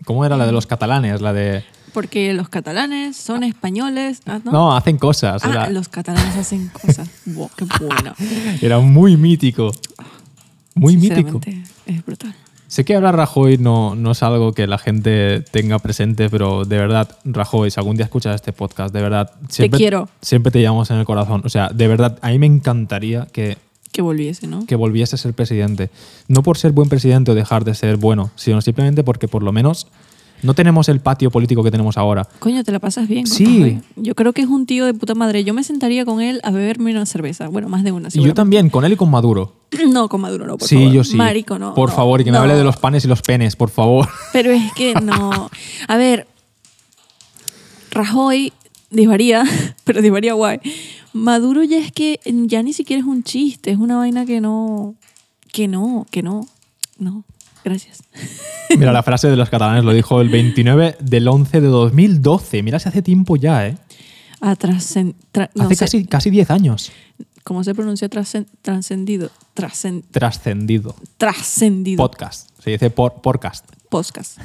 Speaker 1: ¿Cómo era la de los catalanes? La de.
Speaker 2: Porque los catalanes son españoles. Ah, no,
Speaker 1: No, hacen cosas.
Speaker 2: Ah,
Speaker 1: Era,
Speaker 2: los catalanes hacen cosas. Buah, qué bueno.
Speaker 1: era muy mítico. Muy mítico.
Speaker 2: Sinceramente, Es brutal.
Speaker 1: Sé que ahora Rajoy no, no es algo que la gente tenga presente, pero de verdad, Rajoy, si algún día escuchas este podcast, de verdad. Siempre,
Speaker 2: quiero.
Speaker 1: Siempre te llevamos en el corazón. O sea, de verdad, a mí me encantaría que
Speaker 2: Que volviese, ¿no?
Speaker 1: que volviese a ser presidente. No por ser buen presidente o dejar de ser bueno, sino simplemente porque por lo menos no tenemos el patio político que tenemos ahora.
Speaker 2: Coño, te la pasas bien. con
Speaker 1: Sí.
Speaker 2: Rajoy. Yo creo que es un tío de puta madre. Yo me sentaría con él a beberme una cerveza. Bueno, más de una.
Speaker 1: Y yo
Speaker 2: seguramente.
Speaker 1: también, con él y con Maduro.
Speaker 2: No, con Maduro no, por
Speaker 1: sí,
Speaker 2: favor.
Speaker 1: yo sí.
Speaker 2: Marico, no.
Speaker 1: Por
Speaker 2: no,
Speaker 1: favor, y que me
Speaker 2: no.
Speaker 1: hable de los panes y los penes, por favor.
Speaker 2: Pero es que no. A ver, Rajoy disvaría, pero disvaría guay. Maduro ya es que ya ni siquiera es un chiste, es una vaina que no. Que no, que no. No, gracias.
Speaker 1: Mira, la frase de los catalanes lo dijo el 29 del 11 de 2012. Mira, se hace tiempo ya, ¿eh?
Speaker 2: Ah, trascen- tra- no
Speaker 1: hace
Speaker 2: sé,
Speaker 1: casi, casi 10 años.
Speaker 2: ¿Cómo se pronuncia trascen- trascendido? Trascen-
Speaker 1: Trascendido.
Speaker 2: trascendido.
Speaker 1: Podcast. Se dice por, podcast.
Speaker 2: Podcast.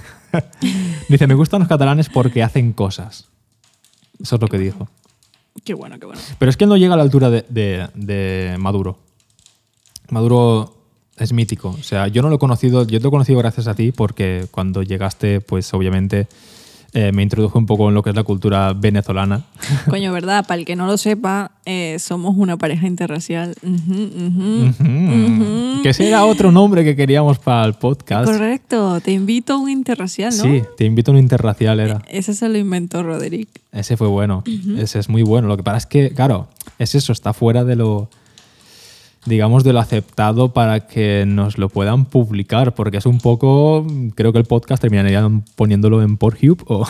Speaker 1: Dice, me gustan los catalanes porque hacen cosas. Eso es lo que dijo.
Speaker 2: Qué bueno, qué bueno.
Speaker 1: Pero es que él no llega a la altura de, de- de Maduro. Maduro es mítico. O sea, yo no lo he conocido, yo te lo he conocido gracias a ti porque cuando llegaste, pues obviamente eh, me introduje un poco en lo que es la cultura venezolana.
Speaker 2: Coño, ¿verdad? Para el que no lo sepa, eh, somos una pareja interracial. Ujú, ujú.
Speaker 1: Mm, Ujú. Que ese era otro nombre que queríamos para el podcast.
Speaker 2: Correcto, te invito a un interracial, ¿no?
Speaker 1: Sí, te invito a un interracial era.
Speaker 2: Ese se lo inventó Roderick.
Speaker 1: Ese fue bueno. Ese es muy bueno. Lo que pasa es que, claro, es eso, está fuera de lo. digamos, de lo aceptado para que nos lo puedan publicar, porque es un poco. Creo que el podcast terminarían poniéndolo en Pornhub o.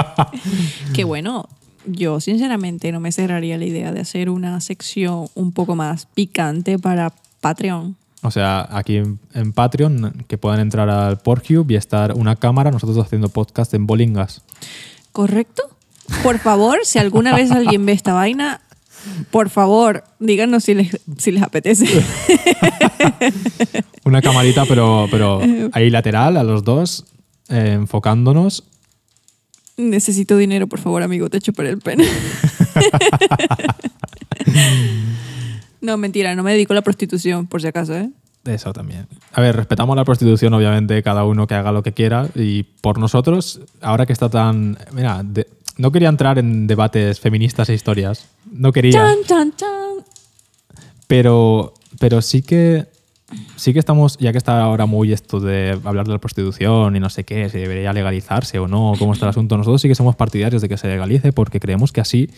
Speaker 2: Que bueno, yo sinceramente no me cerraría la idea de hacer una sección un poco más picante para Patreon.
Speaker 1: O sea, aquí en, en Patreon, que puedan entrar al Pornhub y estar una cámara, nosotros haciendo podcast en Bolingas.
Speaker 2: ¿Correcto? Por favor, si alguna vez alguien ve esta vaina, por favor, díganos si les, si les apetece.
Speaker 1: Una camarita, pero, pero ahí lateral, a los dos, eh, enfocándonos.
Speaker 2: Necesito dinero, por favor, amigo, te chuparé el pene. no, mentira, no me dedico a la prostitución, por si acaso, ¿eh?
Speaker 1: Eso también. A ver, respetamos la prostitución, obviamente, cada uno que haga lo que quiera. Y por nosotros, ahora que está tan. Mira, de- no quería entrar en debates feministas e historias. No quería.
Speaker 2: Chan, chan, chan.
Speaker 1: Pero, pero sí que. Sí que estamos, ya que está ahora muy esto de hablar de la prostitución y no sé qué, si debería legalizarse o no, cómo está el asunto, nosotros sí que somos partidarios de que se legalice porque creemos que así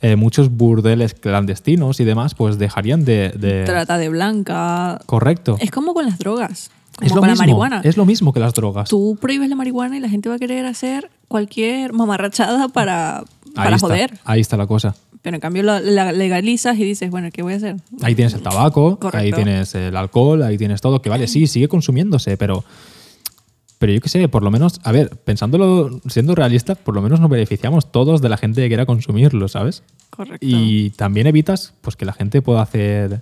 Speaker 1: eh, muchos burdeles clandestinos y demás pues dejarían de... de-
Speaker 2: Trata de blanca.
Speaker 1: Correcto.
Speaker 2: Es como con las drogas, como
Speaker 1: Es lo,
Speaker 2: con
Speaker 1: mismo,
Speaker 2: la marihuana.
Speaker 1: es lo mismo que las drogas.
Speaker 2: Tú prohíbes la marihuana y la gente va a querer hacer cualquier mamarrachada para, para
Speaker 1: está,
Speaker 2: joder.
Speaker 1: Ahí está la cosa.
Speaker 2: Pero en cambio la, la legalizas y dices, bueno, ¿qué voy a hacer?
Speaker 1: Ahí tienes el tabaco,
Speaker 2: Correcto.
Speaker 1: ahí tienes el alcohol, ahí tienes todo, que vale, sí, sigue consumiéndose, pero. Pero yo qué sé, por lo menos, a ver, pensándolo, siendo realista, por lo menos nos beneficiamos todos de la gente que quiera consumirlo, ¿sabes?
Speaker 2: Correcto.
Speaker 1: Y también evitas pues, que la gente pueda hacer.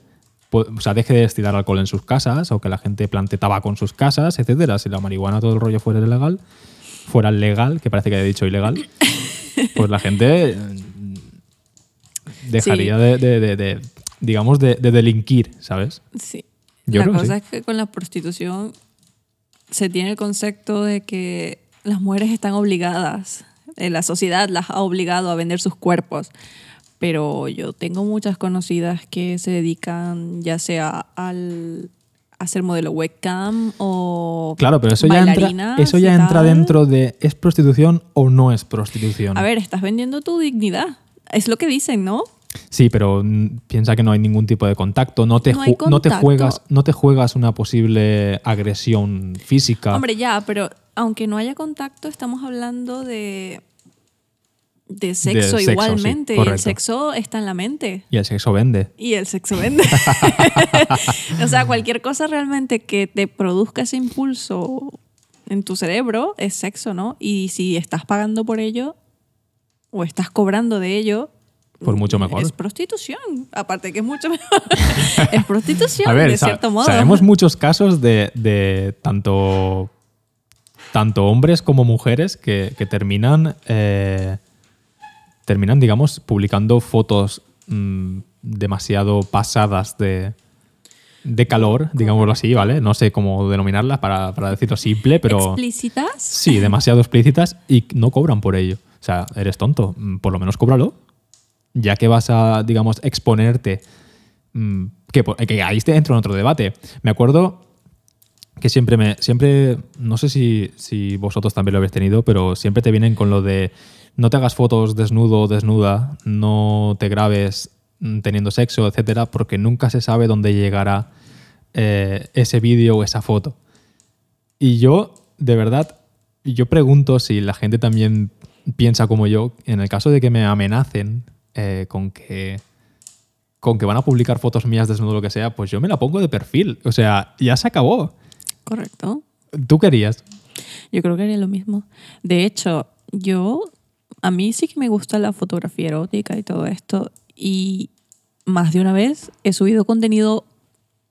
Speaker 1: pu- O sea, deje de destilar alcohol en sus casas o que la gente plante tabaco en sus casas, etcétera. Si la marihuana, todo el rollo fuera ilegal, fuera legal, que parece que he dicho ilegal, pues la gente eh, dejaría
Speaker 2: Sí.
Speaker 1: de, de- de- de, digamos, de, de delinquir, ¿sabes?
Speaker 2: Sí.
Speaker 1: Yo
Speaker 2: la
Speaker 1: creo que
Speaker 2: cosa
Speaker 1: sí.
Speaker 2: es que con la prostitución se tiene el concepto de que las mujeres están obligadas, eh, la sociedad las ha obligado a vender sus cuerpos. Pero yo tengo muchas conocidas que se dedican ya sea al a ser modelo webcam o
Speaker 1: Claro, pero eso ya entra,
Speaker 2: bailarinas
Speaker 1: eso
Speaker 2: y
Speaker 1: ya entra
Speaker 2: tal.
Speaker 1: dentro de ¿es prostitución o no es prostitución?
Speaker 2: A ver, estás vendiendo tu dignidad. Es lo que dicen, ¿no?
Speaker 1: Sí, pero mm, piensa que no hay ningún tipo de contacto, no te,
Speaker 2: No hay
Speaker 1: ju- no te
Speaker 2: contacto.
Speaker 1: juegas, no te juegas una posible agresión física.
Speaker 2: Hombre, ya, pero aunque no haya contacto, estamos hablando de, de sexo
Speaker 1: sexo, sí,
Speaker 2: igualmente. y el
Speaker 1: correcto.
Speaker 2: sexo está en la mente.
Speaker 1: Y el sexo vende.
Speaker 2: Y el sexo vende. o sea, cualquier cosa realmente que te produzca ese impulso en tu cerebro es sexo, ¿no? Y si estás pagando por ello, o estás cobrando de ello.
Speaker 1: Pues mucho mejor.
Speaker 2: Es prostitución. Aparte que es mucho mejor. es prostitución,
Speaker 1: A ver,
Speaker 2: de
Speaker 1: sa-
Speaker 2: cierto modo.
Speaker 1: sabemos muchos casos de, de tanto, tanto hombres como mujeres que, que terminan, eh, terminan, digamos, publicando fotos mm, demasiado pasadas de, de calor, digámoslo así, ¿vale? No sé cómo denominarlas para, para decirlo simple, pero...
Speaker 2: ¿Explícitas?
Speaker 1: Sí, demasiado explícitas y no cobran por ello. O sea, eres tonto, mm, por lo menos cóbralo. Ya que vas a, digamos, exponerte. mm, Que, po- que ahí te entro en otro debate. Me acuerdo que siempre me. Siempre. No sé si, si vosotros también lo habéis tenido, pero siempre te vienen con lo de. No te hagas fotos desnudo o desnuda, no te grabes mm, teniendo sexo, etcétera, porque nunca se sabe dónde llegará eh, ese vídeo o esa foto. Y yo, de verdad, yo pregunto si la gente también piensa como yo, en el caso de que me amenacen eh, con que con que van a publicar fotos mías desnudo lo que sea, pues yo me la pongo de perfil. O sea, ya se acabó.
Speaker 2: Correcto.
Speaker 1: Tú querías.
Speaker 2: Yo creo que haría lo mismo. De hecho, yo, a mí sí que me gusta la fotografía erótica y todo esto. Y más de una vez he subido contenido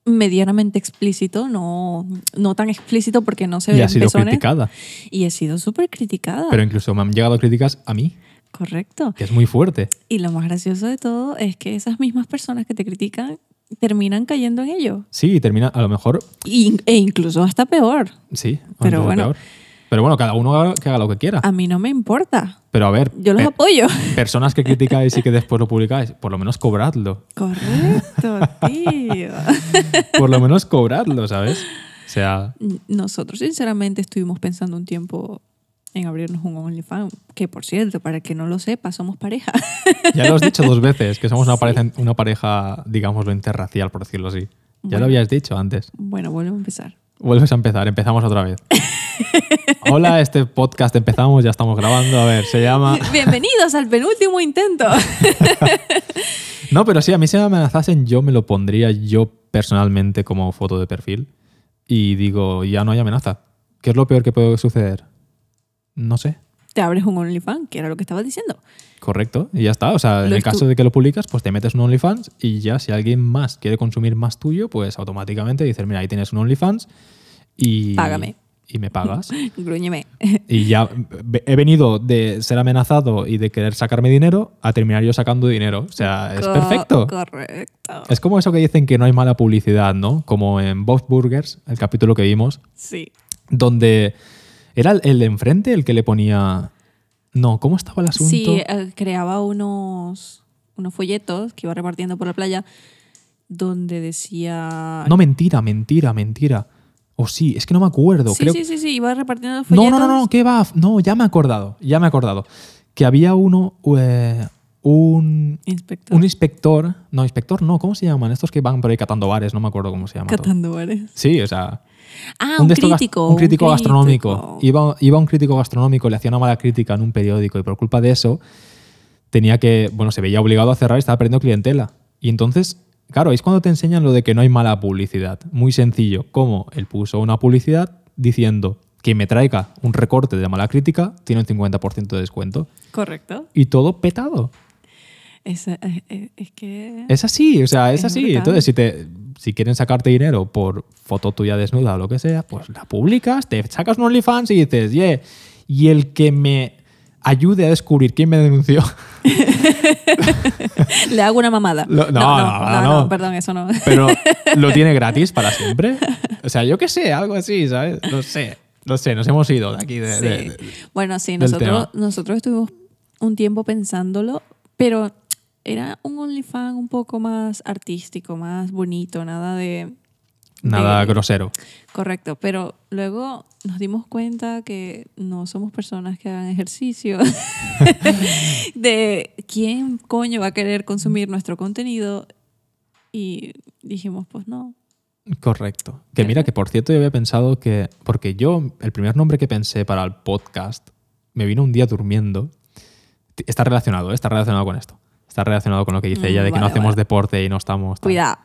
Speaker 2: medianamente explícito, no, no tan explícito porque no se
Speaker 1: Y
Speaker 2: ve
Speaker 1: ha sido criticada.
Speaker 2: Y he sido súper criticada.
Speaker 1: Pero incluso me han llegado críticas a mí,
Speaker 2: Correcto.
Speaker 1: que es muy fuerte.
Speaker 2: Y lo más gracioso de todo es que esas mismas personas que te critican terminan cayendo en ello.
Speaker 1: Sí, y termina, a lo mejor,
Speaker 2: Y- e incluso hasta peor.
Speaker 1: sí. o
Speaker 2: Pero
Speaker 1: incluso
Speaker 2: bueno.
Speaker 1: peor. Pero bueno, cada uno haga- que haga lo que quiera.
Speaker 2: A mí no me importa.
Speaker 1: Pero a ver,
Speaker 2: Yo los
Speaker 1: pe-
Speaker 2: apoyo.
Speaker 1: personas que criticáis y que después lo publicáis, por lo menos cobradlo.
Speaker 2: Correcto, tío.
Speaker 1: por lo menos cobrarlo, ¿sabes? O sea,
Speaker 2: Nosotros sinceramente estuvimos pensando un tiempo en abrirnos un OnlyFans, que por cierto, para el que no lo sepa, somos pareja.
Speaker 1: ya lo has dicho dos veces, que somos una
Speaker 2: Sí.
Speaker 1: pareja, una pareja digámoslo, interracial, por decirlo así. Ya
Speaker 2: Bueno.
Speaker 1: lo habías dicho antes.
Speaker 2: Bueno, vuelvo a empezar.
Speaker 1: Vuelves a empezar, empezamos otra vez. Hola, este podcast empezamos, ya estamos grabando. A ver, se llama.
Speaker 2: Bienvenidos al penúltimo intento.
Speaker 1: No, pero sí, a mí si me amenazasen, yo me lo pondría yo personalmente como foto de perfil. Y digo, ya no hay amenaza. ¿Qué es lo peor que puede suceder? No sé.
Speaker 2: Te abres un OnlyFans, que era lo que estabas diciendo.
Speaker 1: Correcto, y ya está. O sea, en
Speaker 2: Lo
Speaker 1: el
Speaker 2: estu-
Speaker 1: caso de que lo publicas, pues te metes un OnlyFans y ya si alguien más quiere consumir más tuyo, pues automáticamente dices, mira, ahí tienes un OnlyFans y...
Speaker 2: Págame.
Speaker 1: Y me pagas.
Speaker 2: Gruñeme.
Speaker 1: y ya ve- he venido de ser amenazado y de querer sacarme dinero a terminar yo sacando dinero. O sea, es
Speaker 2: Co-
Speaker 1: perfecto.
Speaker 2: Correcto.
Speaker 1: Es como eso que dicen que no hay mala publicidad, ¿no? Como en Bob's Burgers, el capítulo que vimos,
Speaker 2: Sí.
Speaker 1: donde era el- el de enfrente el que le ponía... No, ¿cómo estaba el asunto?
Speaker 2: Sí, eh, creaba unos, unos folletos que iba repartiendo por la playa donde decía...
Speaker 1: No, mentira, mentira, mentira. O sí, es que no me acuerdo.
Speaker 2: sí,
Speaker 1: creo...
Speaker 2: sí, sí, sí, iba repartiendo los
Speaker 1: no,
Speaker 2: folletos.
Speaker 1: no, no, no, ¿qué va? No, ya me he acordado, ya me he acordado. Que había uno, eh, un,
Speaker 2: Inspector.
Speaker 1: un inspector, no, inspector no, ¿cómo se llaman? Estos que van por ahí catando bares, no me acuerdo cómo se llaman.
Speaker 2: Catando bares.
Speaker 1: Sí, o sea,
Speaker 2: Ah,
Speaker 1: un
Speaker 2: un,
Speaker 1: de estos gas-
Speaker 2: crítico.
Speaker 1: un crítico gastronómico.
Speaker 2: crítico.
Speaker 1: Iba, iba un crítico gastronómico, le hacía una mala crítica en un periódico y por culpa de eso tenía que, bueno, se veía obligado a cerrar y estaba perdiendo clientela. Y entonces, claro, ahí es cuando te enseñan lo de que no hay mala publicidad. Muy sencillo, como él puso una publicidad diciendo que me traiga un recorte de la mala crítica tiene un 50% de descuento.
Speaker 2: Correcto.
Speaker 1: Y todo petado.
Speaker 2: Es, es, es- es que...
Speaker 1: Es así, o sea, es,
Speaker 2: Es
Speaker 1: así.
Speaker 2: brutal.
Speaker 1: Entonces, si te si quieren sacarte dinero por foto tuya desnuda o lo que sea, pues la publicas, te sacas un OnlyFans y dices, yeah, y el que me ayude a descubrir quién me denunció.
Speaker 2: Le hago una mamada.
Speaker 1: Eh, Lo- no, no, no, no.
Speaker 2: perdón, eso no.
Speaker 1: Pero lo tiene gratis para siempre. O sea, yo qué sé, algo así, ¿sabes? No sé, no sé, nos hemos ido de aquí. De, de-
Speaker 2: Sí.
Speaker 1: de-
Speaker 2: Bueno, sí,
Speaker 1: del
Speaker 2: nosotros,
Speaker 1: tema.
Speaker 2: nosotros estuvimos un tiempo pensándolo, pero era un OnlyFans un poco más artístico, más bonito, nada de...
Speaker 1: nada
Speaker 2: de-
Speaker 1: grosero.
Speaker 2: Correcto, pero luego nos dimos cuenta que no somos personas que hagan ejercicio. de quién coño va a querer consumir nuestro contenido. Y dijimos, pues no.
Speaker 1: Ah, Correcto. Que mira, que por cierto yo había pensado que, porque yo, el primer nombre que pensé para el podcast, me vino un día durmiendo. T- Está relacionado, ¿eh? está relacionado con esto. Está relacionado con lo que dice
Speaker 2: Mm,
Speaker 1: ella de que no
Speaker 2: vale,
Speaker 1: hacemos
Speaker 2: vale.
Speaker 1: deporte y no estamos... tal.
Speaker 2: Cuidado.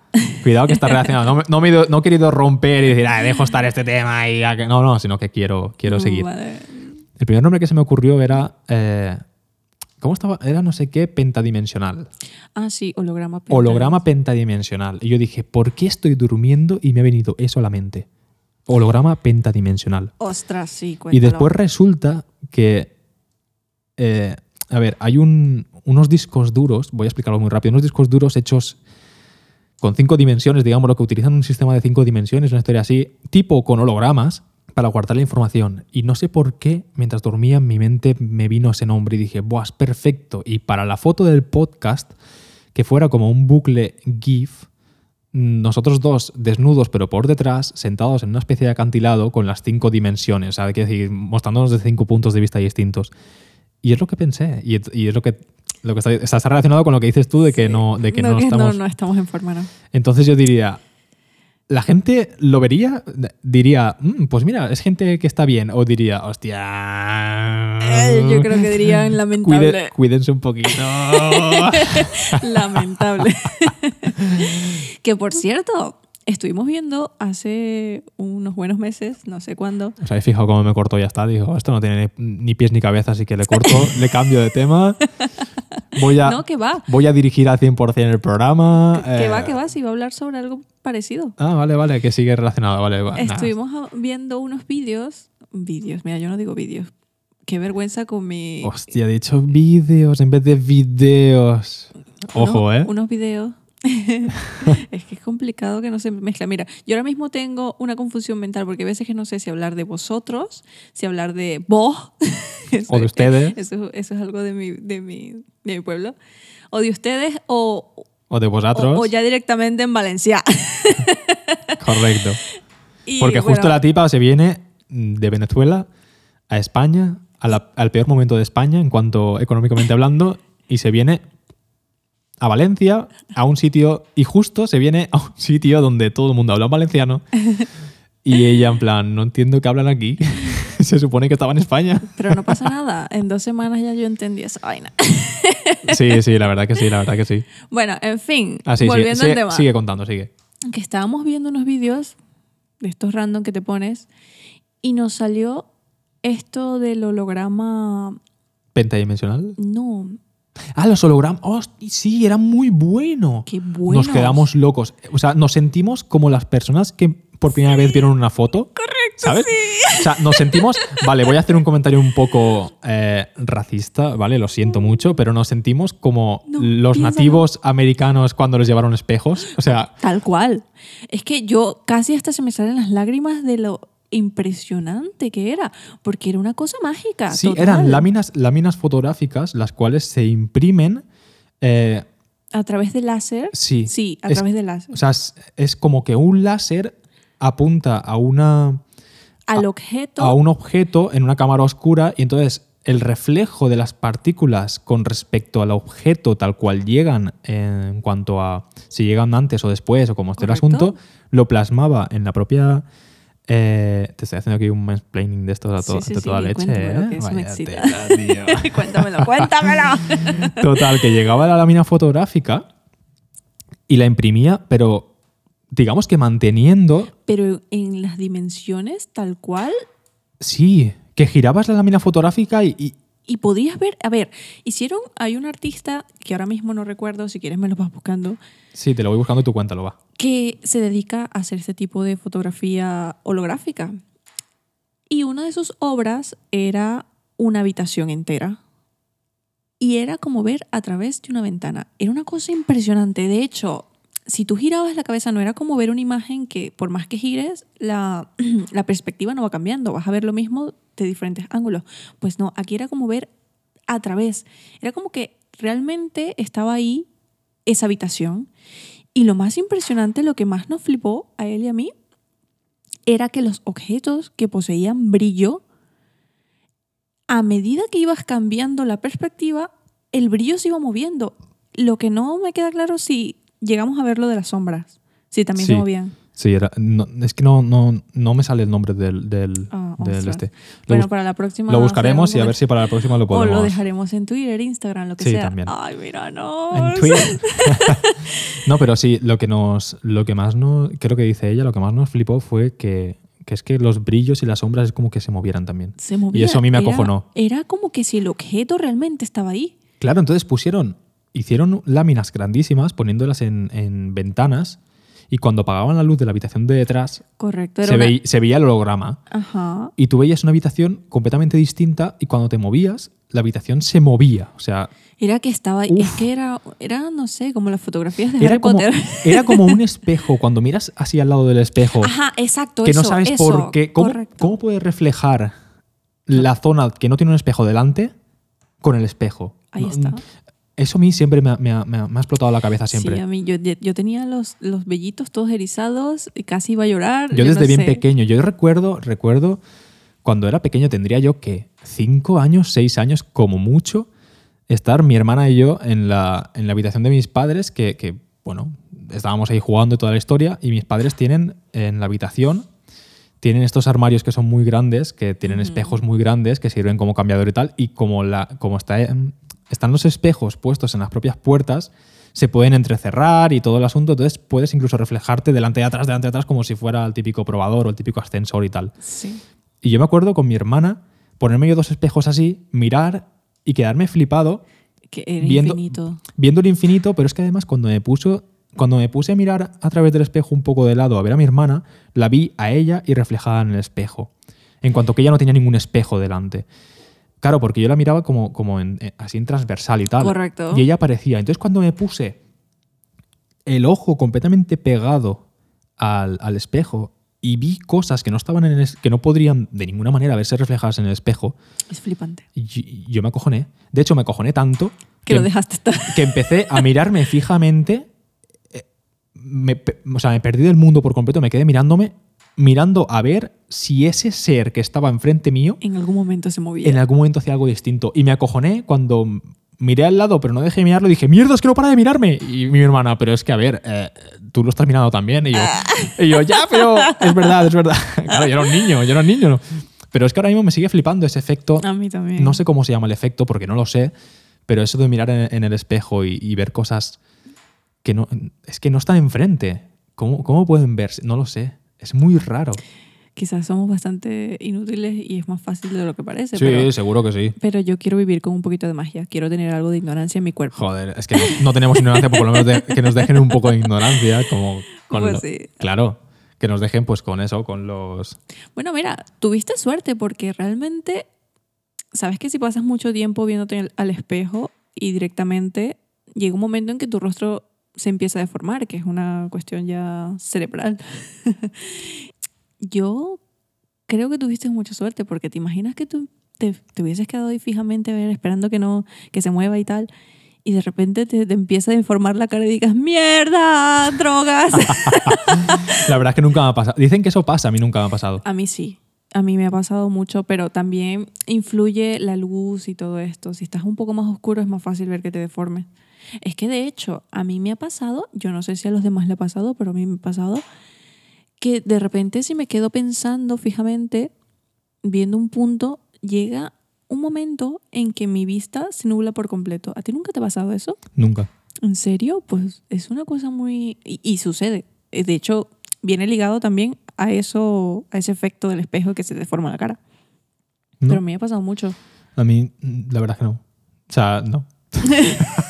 Speaker 1: Cuidado que está relacionado. No, me- no me he ido- no he querido romper y decir, ah, dejo estar este tema y... a que-". No,
Speaker 2: Mm,
Speaker 1: no, sino que quiero, quiero seguir.
Speaker 2: Vale.
Speaker 1: El primer nombre que se me ocurrió era eh, ¿Cómo estaba? Era no sé qué pentadimensional.
Speaker 2: Ah, sí, holograma. pentagrama.
Speaker 1: Holograma pentadimensional. Y yo dije, ¿por qué estoy durmiendo y me ha venido eso a la mente? Holograma pentadimensional.
Speaker 2: Ostras, sí,
Speaker 1: Y
Speaker 2: cuéntalo.
Speaker 1: después resulta que. eh, a ver, hay un- unos discos duros, voy a explicarlo muy rápido, unos discos duros hechos con cinco dimensiones, digamos, lo que utilizan un sistema de cinco dimensiones, una historia así, tipo con hologramas, para guardar la información. Y no sé por qué, mientras dormía, en mi mente me vino ese nombre y dije, ¡buah, es perfecto! Y para la foto del podcast, que fuera como un bucle GIF, nosotros dos desnudos pero por detrás, sentados en una especie de acantilado con las cinco dimensiones, o sea, hay que decir, mostrándonos desde cinco puntos de vista distintos. Y es lo que pensé, y, y es lo que, lo que está, está está relacionado con lo que dices tú de que no, de que no, estamos...
Speaker 2: No, no estamos en forma, no.
Speaker 1: Entonces yo diría, la gente lo vería, diría, "Mm, pues mira, es gente que está bien, o diría, hostia...
Speaker 2: Eh, yo creo que dirían lamentable.
Speaker 1: cuide- cuídense un poquito.
Speaker 2: Lamentable. que por cierto, estuvimos viendo hace unos buenos meses, no sé cuándo.
Speaker 1: ¿Os habéis fijado cómo me cortó ya está? Dijo, esto no tiene ni, ni pies ni cabeza, así que le corto, le cambio de tema. Voy a,
Speaker 2: No, que va.
Speaker 1: voy a dirigir al 100% el programa.
Speaker 2: Que
Speaker 1: eh,
Speaker 2: va, que va, si va a hablar sobre algo parecido.
Speaker 1: Ah, vale, vale, que sigue relacionado, vale. va, nada.
Speaker 2: Estuvimos a- viendo unos vídeos. Vídeos, mira, yo no digo vídeos. Qué vergüenza con mi.
Speaker 1: Hostia, he dicho vídeos en vez de videos. Ojo,
Speaker 2: unos-
Speaker 1: ¿eh?
Speaker 2: Unos videos. es que es complicado que no se mezcla. Mira, yo ahora mismo tengo una confusión mental porque hay veces que no sé si hablar de vosotros, si hablar de vos. Eso
Speaker 1: O de
Speaker 2: es-
Speaker 1: ustedes.
Speaker 2: Eso, eso es algo de mi, de, mi, de mi pueblo. O de ustedes o,
Speaker 1: O de
Speaker 2: o-
Speaker 1: vosotros.
Speaker 2: o ya directamente en Valencia.
Speaker 1: Correcto.
Speaker 2: Y,
Speaker 1: Porque justo
Speaker 2: bueno,
Speaker 1: la tipa se viene mm, de Venezuela a España, a la- al peor momento de España en cuanto económicamente hablando, y se viene a Valencia, a un sitio, y justo se viene a un sitio donde todo el mundo habla valenciano, y ella en plan, no entiendo qué hablan aquí, se supone que estaba en España.
Speaker 2: Pero no pasa nada. En dos semanas ya yo entendí esa vaina.
Speaker 1: Sí, sí, la verdad que sí, la verdad que sí.
Speaker 2: Bueno, en fin,
Speaker 1: Ah, sí, sí,
Speaker 2: volviendo
Speaker 1: sigue,
Speaker 2: al tema.
Speaker 1: sigue contando, sigue.
Speaker 2: que estábamos viendo unos vídeos de estos random que te pones y nos salió esto del holograma.
Speaker 1: Pentadimensional.
Speaker 2: No,
Speaker 1: Ah, los hologramas. Hosti- sí, era muy bueno.
Speaker 2: qué bueno.
Speaker 1: Nos quedamos locos. O sea, nos sentimos como las personas que por primera vez vieron una foto. Correcto. ¿Sabes? O sea, nos sentimos. Vale, voy a hacer un comentario un poco eh, racista, ¿vale? Lo siento mucho, pero nos sentimos como
Speaker 2: Mm. No,
Speaker 1: los
Speaker 2: piénsalo.
Speaker 1: nativos americanos cuando les llevaron espejos. O sea,
Speaker 2: Tal cual. Es que yo casi hasta se me salen las lágrimas de lo impresionante que era, porque era una cosa mágica.
Speaker 1: sí,
Speaker 2: Ah, total.
Speaker 1: eran láminas, láminas fotográficas las cuales se imprimen. eh,
Speaker 2: A través de láser.
Speaker 1: Sí.
Speaker 2: Sí, a
Speaker 1: Es-
Speaker 2: través de láser.
Speaker 1: o sea, es, es como que un láser apunta a una.
Speaker 2: Al objeto.
Speaker 1: a un objeto en una cámara oscura y entonces el reflejo de las partículas con respecto al objeto tal cual llegan en cuanto a si llegan antes o después o como esté
Speaker 2: Correcto.
Speaker 1: el asunto, lo plasmaba en la propia... eh, te estoy haciendo aquí un mansplaining de esto a
Speaker 2: Sí,
Speaker 1: to-
Speaker 2: sí,
Speaker 1: de
Speaker 2: sí,
Speaker 1: toda leche.
Speaker 2: cuéntamelo,
Speaker 1: ¿eh?
Speaker 2: que eso me
Speaker 1: Vaya
Speaker 2: excita.
Speaker 1: tela, tío.
Speaker 2: cuéntamelo, cuéntamelo.
Speaker 1: Total, que llegaba la lámina fotográfica y la imprimía, pero digamos que manteniendo
Speaker 2: Pero en las dimensiones, tal cual,
Speaker 1: Sí, que girabas la lámina fotográfica y, y-
Speaker 2: Y podías ver, a ver, hicieron, hay un artista que ahora mismo no recuerdo, si quieres me lo vas buscando,
Speaker 1: Sí, te lo voy buscando y tu cuenta lo va.
Speaker 2: que se dedica a hacer este tipo de fotografía holográfica. Y una de sus obras era una habitación entera. Y era como ver a través de una ventana. Era una cosa impresionante. De hecho, si tú girabas la cabeza, no era como ver una imagen que, por más que gires, la, la perspectiva no va cambiando. Vas a ver lo mismo de diferentes ángulos. Pues no, aquí era como ver a través. Era como que realmente estaba ahí esa habitación. Y lo más impresionante, lo que más nos flipó a él y a mí, era que los objetos que poseían brillo, a medida que ibas cambiando la perspectiva, el brillo se iba moviendo. Lo que no me queda claro si llegamos a ver lo de las sombras, si también se
Speaker 1: Sí.
Speaker 2: movían.
Speaker 1: Sí, era, no- es que no, no, no me sale el nombre del, del,
Speaker 2: Ah,
Speaker 1: del
Speaker 2: ostras.
Speaker 1: este. Lo,
Speaker 2: Bueno,
Speaker 1: bus-
Speaker 2: para la próxima...
Speaker 1: lo buscaremos y a ver
Speaker 2: será
Speaker 1: si para la próxima lo
Speaker 2: un momento- O
Speaker 1: podemos.
Speaker 2: lo dejaremos en Twitter, Instagram, lo que
Speaker 1: Sí,
Speaker 2: sea.
Speaker 1: también.
Speaker 2: Ay, mira, no.
Speaker 1: en Twitter. no, pero sí, lo que nos, lo que más nos, creo que dice ella, lo que más nos flipó fue que, que es que los brillos y las sombras es como que se movieran también.
Speaker 2: se movía.
Speaker 1: Y eso a mí me
Speaker 2: Era-
Speaker 1: acojonó.
Speaker 2: Era, como que si el objeto realmente estaba ahí.
Speaker 1: Claro, entonces pusieron, hicieron láminas grandísimas poniéndolas en, en ventanas y cuando apagaban la luz de la habitación de detrás
Speaker 2: Correcto. era
Speaker 1: se,
Speaker 2: una-
Speaker 1: veí- se veía el holograma
Speaker 2: Ajá.
Speaker 1: y tú veías una habitación completamente distinta y cuando te movías la habitación se movía, o sea,
Speaker 2: Era que estaba ahí.
Speaker 1: Uf.
Speaker 2: Es que era, era, no sé, como las fotografías de
Speaker 1: era
Speaker 2: Harry
Speaker 1: como,
Speaker 2: Potter.
Speaker 1: era como un espejo, cuando miras así al lado del espejo,
Speaker 2: Ajá, exacto.
Speaker 1: Oh, que
Speaker 2: eso,
Speaker 1: no sabes
Speaker 2: eso,
Speaker 1: por qué, ¿cómo,
Speaker 2: correcto.
Speaker 1: cómo puede reflejar la zona que no tiene un espejo delante con el espejo?
Speaker 2: Ahí
Speaker 1: No,
Speaker 2: está.
Speaker 1: Eso a mí siempre me ha, me ha- me ha- me ha explotado la cabeza siempre.
Speaker 2: Sí, a mí, yo, yo tenía los, los vellitos todos erizados y casi iba a llorar.
Speaker 1: Yo desde
Speaker 2: no
Speaker 1: bien
Speaker 2: sé.
Speaker 1: pequeño, yo recuerdo, recuerdo cuando era pequeño, tendría yo que 5 años, 6 años, como mucho, estar mi hermana y yo en la, en la habitación de mis padres, que, que, bueno, estábamos ahí jugando y toda la historia, y mis padres tienen en la habitación, tienen estos armarios que son muy grandes, que tienen espejos muy grandes, que sirven como cambiador y tal, y como, la, como está, em, están los espejos puestos en las propias puertas, se pueden entrecerrar y todo el asunto, entonces puedes incluso reflejarte delante de atrás, delante de atrás, como si fuera el típico probador o el típico ascensor y tal.
Speaker 2: Sí.
Speaker 1: Y yo me acuerdo con mi hermana ponerme yo dos espejos así, mirar y quedarme flipado
Speaker 2: Que era
Speaker 1: Viendo-
Speaker 2: infinito.
Speaker 1: viendo el infinito, pero es que además cuando me puso cuando me puse a mirar a través del espejo un poco de lado a ver a mi hermana, la vi a ella y reflejada en el espejo. En cuanto que ella no tenía ningún espejo delante. Claro, porque yo la miraba como, como en- eh, así en transversal y tal.
Speaker 2: Correcto.
Speaker 1: Y ella aparecía. Entonces cuando me puse el ojo completamente pegado al, al espejo y vi cosas que no estaban en el es- que no podrían de ninguna manera verse reflejadas en el espejo,
Speaker 2: Es flipante.
Speaker 1: y- y yo me acojoné. De hecho, me acojoné tanto
Speaker 2: Que lo dejaste estar.
Speaker 1: que empecé a mirarme fijamente. eh, me pe- o sea, me perdí del mundo por completo, me quedé mirándome, mirando a ver si ese ser que estaba enfrente mío
Speaker 2: En algún momento se movía.
Speaker 1: en algún momento hacía algo distinto. Y me acojoné cuando miré al lado, pero no dejé de mirarlo, dije, mierda, es que no para de mirarme. Y mi hermana, pero es que, a ver, eh, tú lo estás mirando también. Y yo, y yo, ya, pero es verdad, es verdad. claro, yo era un niño, yo era un niño. Pero es que ahora mismo me sigue flipando ese efecto.
Speaker 2: A mí también.
Speaker 1: No sé cómo se llama el efecto porque no lo sé, pero eso de mirar en, en el espejo y, y ver cosas que no. Es que no están enfrente. ¿Cómo, cómo pueden verse? No lo sé. Es muy raro.
Speaker 2: Quizás somos bastante inútiles y es más fácil de lo que parece. pero,
Speaker 1: seguro que sí.
Speaker 2: pero yo quiero vivir con un poquito de magia. Quiero tener algo de ignorancia en mi cuerpo.
Speaker 1: Joder, es que no, no tenemos ignorancia, por lo menos de- que nos dejen un poco de ignorancia. Como con
Speaker 2: Pues
Speaker 1: lo-
Speaker 2: sí.
Speaker 1: Claro, que nos dejen pues con eso, con los.
Speaker 2: Bueno, mira, tuviste suerte porque realmente, sabes que si pasas mucho tiempo viéndote al- al espejo y directamente llega un momento en que tu rostro se empieza a deformar, que es una cuestión ya cerebral. Yo creo que tuviste mucha suerte porque te imaginas que tú te, te hubieses quedado ahí fijamente a ver, esperando que no que se mueva y tal. Y de repente te, te empieza a deformar la cara y digas, ¡mierda! ¡Drogas!
Speaker 1: La verdad es que nunca me ha pasado. Dicen que eso pasa, a mí nunca me ha pasado.
Speaker 2: A mí sí. A mí me ha pasado mucho, pero también influye la luz y todo esto. Si estás un poco más oscuro es más fácil ver que te deformes. Es que de hecho, a mí me ha pasado, yo no sé si a los demás le ha pasado, pero a mí me ha pasado que de repente si me quedo pensando fijamente, viendo un punto, llega un momento en que mi vista se nubla por completo. ¿A ti nunca te ha pasado eso?
Speaker 1: Nunca.
Speaker 2: ¿En serio? Pues es una cosa muy... Y, y sucede. Eh, De hecho, viene ligado también a eso, a ese efecto del espejo que se te forma la cara.
Speaker 1: No.
Speaker 2: Pero me ha pasado mucho.
Speaker 1: A mí, mm, la verdad es que no. O sea, no.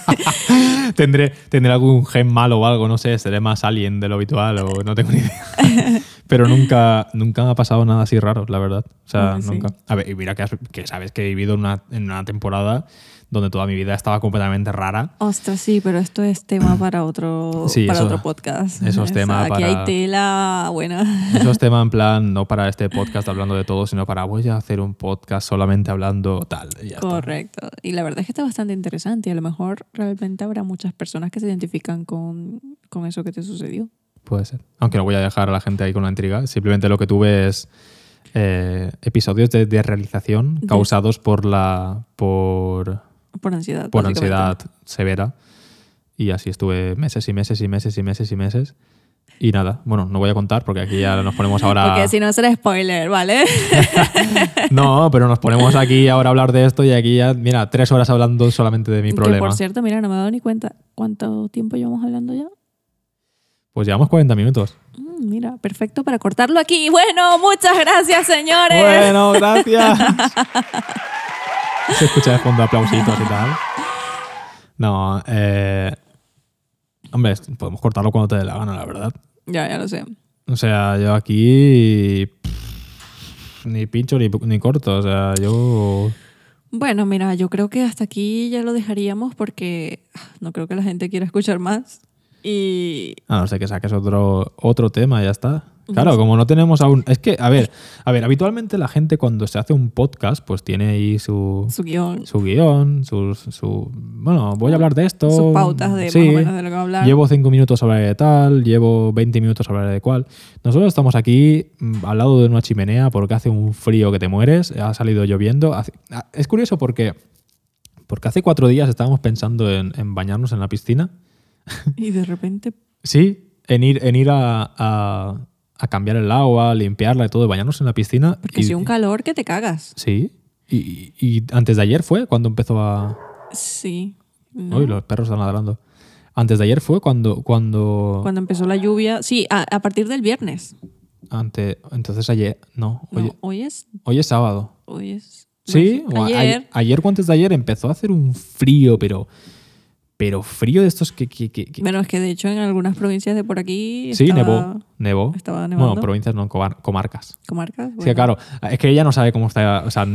Speaker 1: tendré, tendré algún gen malo o algo, no sé, seré más alien de lo habitual o no tengo ni idea. Pero nunca, nunca me ha pasado nada así raro, la verdad. O sea,
Speaker 2: Hombre, sí.
Speaker 1: nunca. A ver, y mira que, has- que sabes que he vivido en una, en una temporada donde toda mi vida estaba completamente rara.
Speaker 2: Ostras, sí, pero esto es tema para otro,
Speaker 1: Sí,
Speaker 2: para
Speaker 1: eso-
Speaker 2: otro podcast.
Speaker 1: eso es tema
Speaker 2: aquí
Speaker 1: para-
Speaker 2: hay tela buena.
Speaker 1: Eso es tema en plan, no para este podcast hablando de todo, sino para voy a hacer un podcast solamente hablando tal. y ya está.
Speaker 2: Correcto. Y la verdad es que está bastante interesante. y A lo mejor realmente habrá muchas personas que se identifican con, con eso que te sucedió.
Speaker 1: Puede ser. Aunque no voy a dejar a la gente ahí con la intriga. Simplemente lo que tuve es eh, episodios de, de realización
Speaker 2: De-
Speaker 1: causados por la por,
Speaker 2: Por ansiedad.
Speaker 1: por
Speaker 2: básicamente.
Speaker 1: ansiedad severa. Y así estuve meses y meses y meses y meses y meses. Y nada, bueno, no voy a contar porque aquí ya nos ponemos ahora...
Speaker 2: Porque si no será spoiler, ¿vale?
Speaker 1: No, pero nos ponemos aquí ahora a hablar de esto y aquí ya, mira, tres horas hablando solamente de mi
Speaker 2: Que
Speaker 1: problema.
Speaker 2: por cierto, mira, no me he dado ni cuenta cuánto tiempo llevamos hablando ya.
Speaker 1: Pues llevamos 40 minutos.
Speaker 2: Mm, mira, perfecto para cortarlo aquí. Bueno, muchas gracias, señores.
Speaker 1: Bueno, gracias. Se escucha de fondo aplausitos y tal. No, eh, hombre, podemos cortarlo cuando te dé la gana, la verdad.
Speaker 2: Ya, ya lo sé.
Speaker 1: O sea, yo aquí pff, ni pincho ni, ni corto. O sea, yo...
Speaker 2: Bueno, mira, yo creo que hasta aquí ya lo dejaríamos porque ah, no creo que la gente quiera escuchar más. Y
Speaker 1: A no ser que saques otro, otro tema, ya está. Claro, como no tenemos aún. Es que, a ver, a ver, habitualmente la gente cuando se hace un podcast, pues tiene ahí su,
Speaker 2: su guión,
Speaker 1: su guión, su, su- Bueno, voy a hablar de esto.
Speaker 2: sus pautas de
Speaker 1: Sí.
Speaker 2: más o menos de lo que va a hablar.
Speaker 1: Llevo cinco minutos a hablar de tal, llevo 20 minutos a hablar de cual. Nosotros estamos aquí mm, al lado de una chimenea porque hace un frío que te mueres, ha salido lloviendo. hace- ah, Es curioso porque, porque hace cuatro días estábamos pensando en- en bañarnos en la piscina.
Speaker 2: Y de repente,
Speaker 1: Sí, en ir, en ir a, a- a cambiar el agua, limpiarla y todo, bañarnos en la piscina.
Speaker 2: porque
Speaker 1: y-
Speaker 2: si un calor que te cagas.
Speaker 1: Sí. Y, y antes de ayer fue cuando empezó a.
Speaker 2: Sí. ¿no?
Speaker 1: Uy, los perros están ladrando. Antes de ayer fue cuando. cuando,
Speaker 2: Cuando empezó la lluvia. Sí, a, a partir del viernes.
Speaker 1: ante- entonces ayer. No,
Speaker 2: No,
Speaker 1: oye-
Speaker 2: hoy es.
Speaker 1: hoy es sábado.
Speaker 2: Hoy es.
Speaker 1: Sí, o a-
Speaker 2: ayer.
Speaker 1: ayer. ayer o antes de ayer empezó a hacer un frío, pero. Pero frío de estos que. que- que- que-
Speaker 2: Bueno, es que de hecho en algunas provincias de por aquí.
Speaker 1: sí,
Speaker 2: estaba-
Speaker 1: nevó. Nevó.
Speaker 2: estaba
Speaker 1: bueno,
Speaker 2: nevando.
Speaker 1: provincias no, comar- comarcas.
Speaker 2: Comarcas.
Speaker 1: Es
Speaker 2: bueno.
Speaker 1: que claro, es que ella no sabe cómo está. O sea,